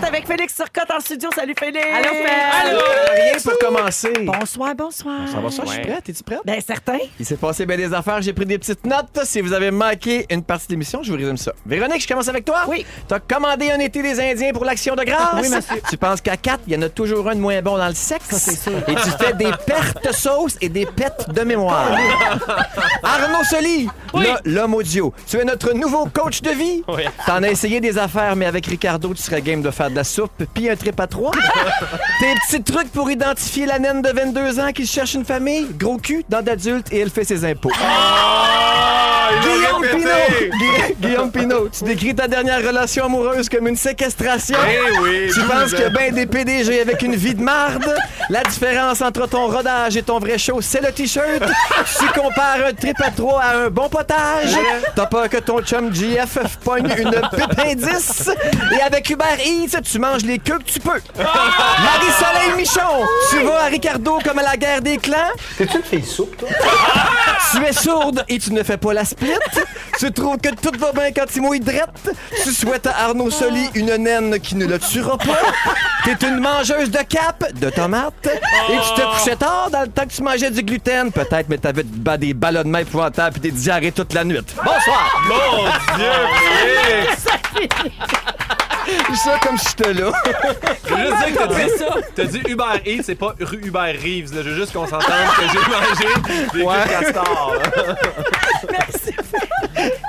S1: C'est avec Félix Turcotte en studio. Salut Félix!
S4: Allô, Félix. Allô.
S9: Rien pour commencer.
S1: Bonsoir, bonsoir.
S9: Ça va ça, je suis
S2: Ouais.
S9: prête. Es-tu prête?
S1: Bien certain.
S9: Il s'est passé bien des affaires, j'ai pris des petites notes. Si vous avez manqué une partie de l'émission, je vous résume ça. Véronique, je commence avec toi.
S1: Oui.
S9: T'as commandé un été des Indiens pour l'action de grâce.
S1: Oui, monsieur.
S9: Tu penses qu'à quatre, il y en a toujours un de moins bon dans le sexe.
S1: c'est sûr.
S9: Et tu fais des pertes de sauce et des pertes de mémoire. Arnaud Soli, le- l'homme audio. Tu es notre nouveau coach de vie.
S2: Oui.
S9: T'en as essayé des affaires, mais avec Ricardo, tu serais game de faire de la soupe puis un trip à trois. Tes petits trucs pour identifier la naine de 22 ans qui cherche une famille. Gros cul, dans d'adulte et elle fait ses impôts.
S2: Ah,
S9: Guillaume
S3: répété.
S9: Pinot! Guillaume Pinot, tu décris ta dernière relation amoureuse comme une séquestration.
S3: Eh oui,
S9: Tu
S3: douze
S9: penses qu'il y a
S3: ans.
S9: bien des PDG avec une vie de marde? La différence entre ton rodage et ton vrai show, c'est le t-shirt. Tu compares un trip à trois à un bon potage. T'as peur que ton chum GF pogne une pipe indice. Et avec Hubert Eats, tu manges les queues que tu peux.
S3: Ah!
S9: Marie-Soleil Michon, tu vas à Ricardo comme à la guerre des clans.
S5: T'es-tu une fille souple, toi?
S9: Tu es sourde et tu ne fais pas la split. tu trouves que tout va bien quand il mouille drette. Tu souhaites à Arnaud Soli une naine qui ne le tuera pas. T'es une mangeuse de cap, de tomates. Et tu te
S3: Ah.
S9: couchais tard dans le temps que tu mangeais du gluten. Peut-être, mais t'avais bah, des ballonnements épouvantables et des diarrhées toute la nuit. Bonsoir!
S3: Mon Dieu, Félix!
S9: Je dis ça comme si j'étais là.
S3: Je veux juste dire que t'as dit ça. T'as dit Uber Eats, c'est pas rue Uber Reeves. Là. Je veux juste qu'on s'entende que j'ai mangé des
S9: Ouais.
S3: queues de castor.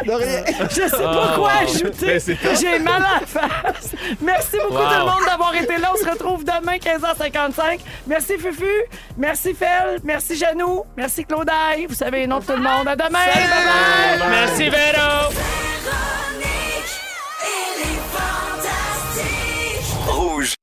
S9: De rien. Ah.
S1: Je sais pas quoi ajouter.
S3: Ben, c'est
S1: J'ai mal à la face. Merci beaucoup
S2: Wow.
S1: tout le monde d'avoir été là. On se retrouve demain 15h55. Merci Fufu. Merci Fel. Merci Janou. Merci Claudaille. Vous savez les noms de tout le monde. À demain. Bye bye.
S2: Merci, Véro!
S10: Véronique, elle est fantastique.
S5: Rouge.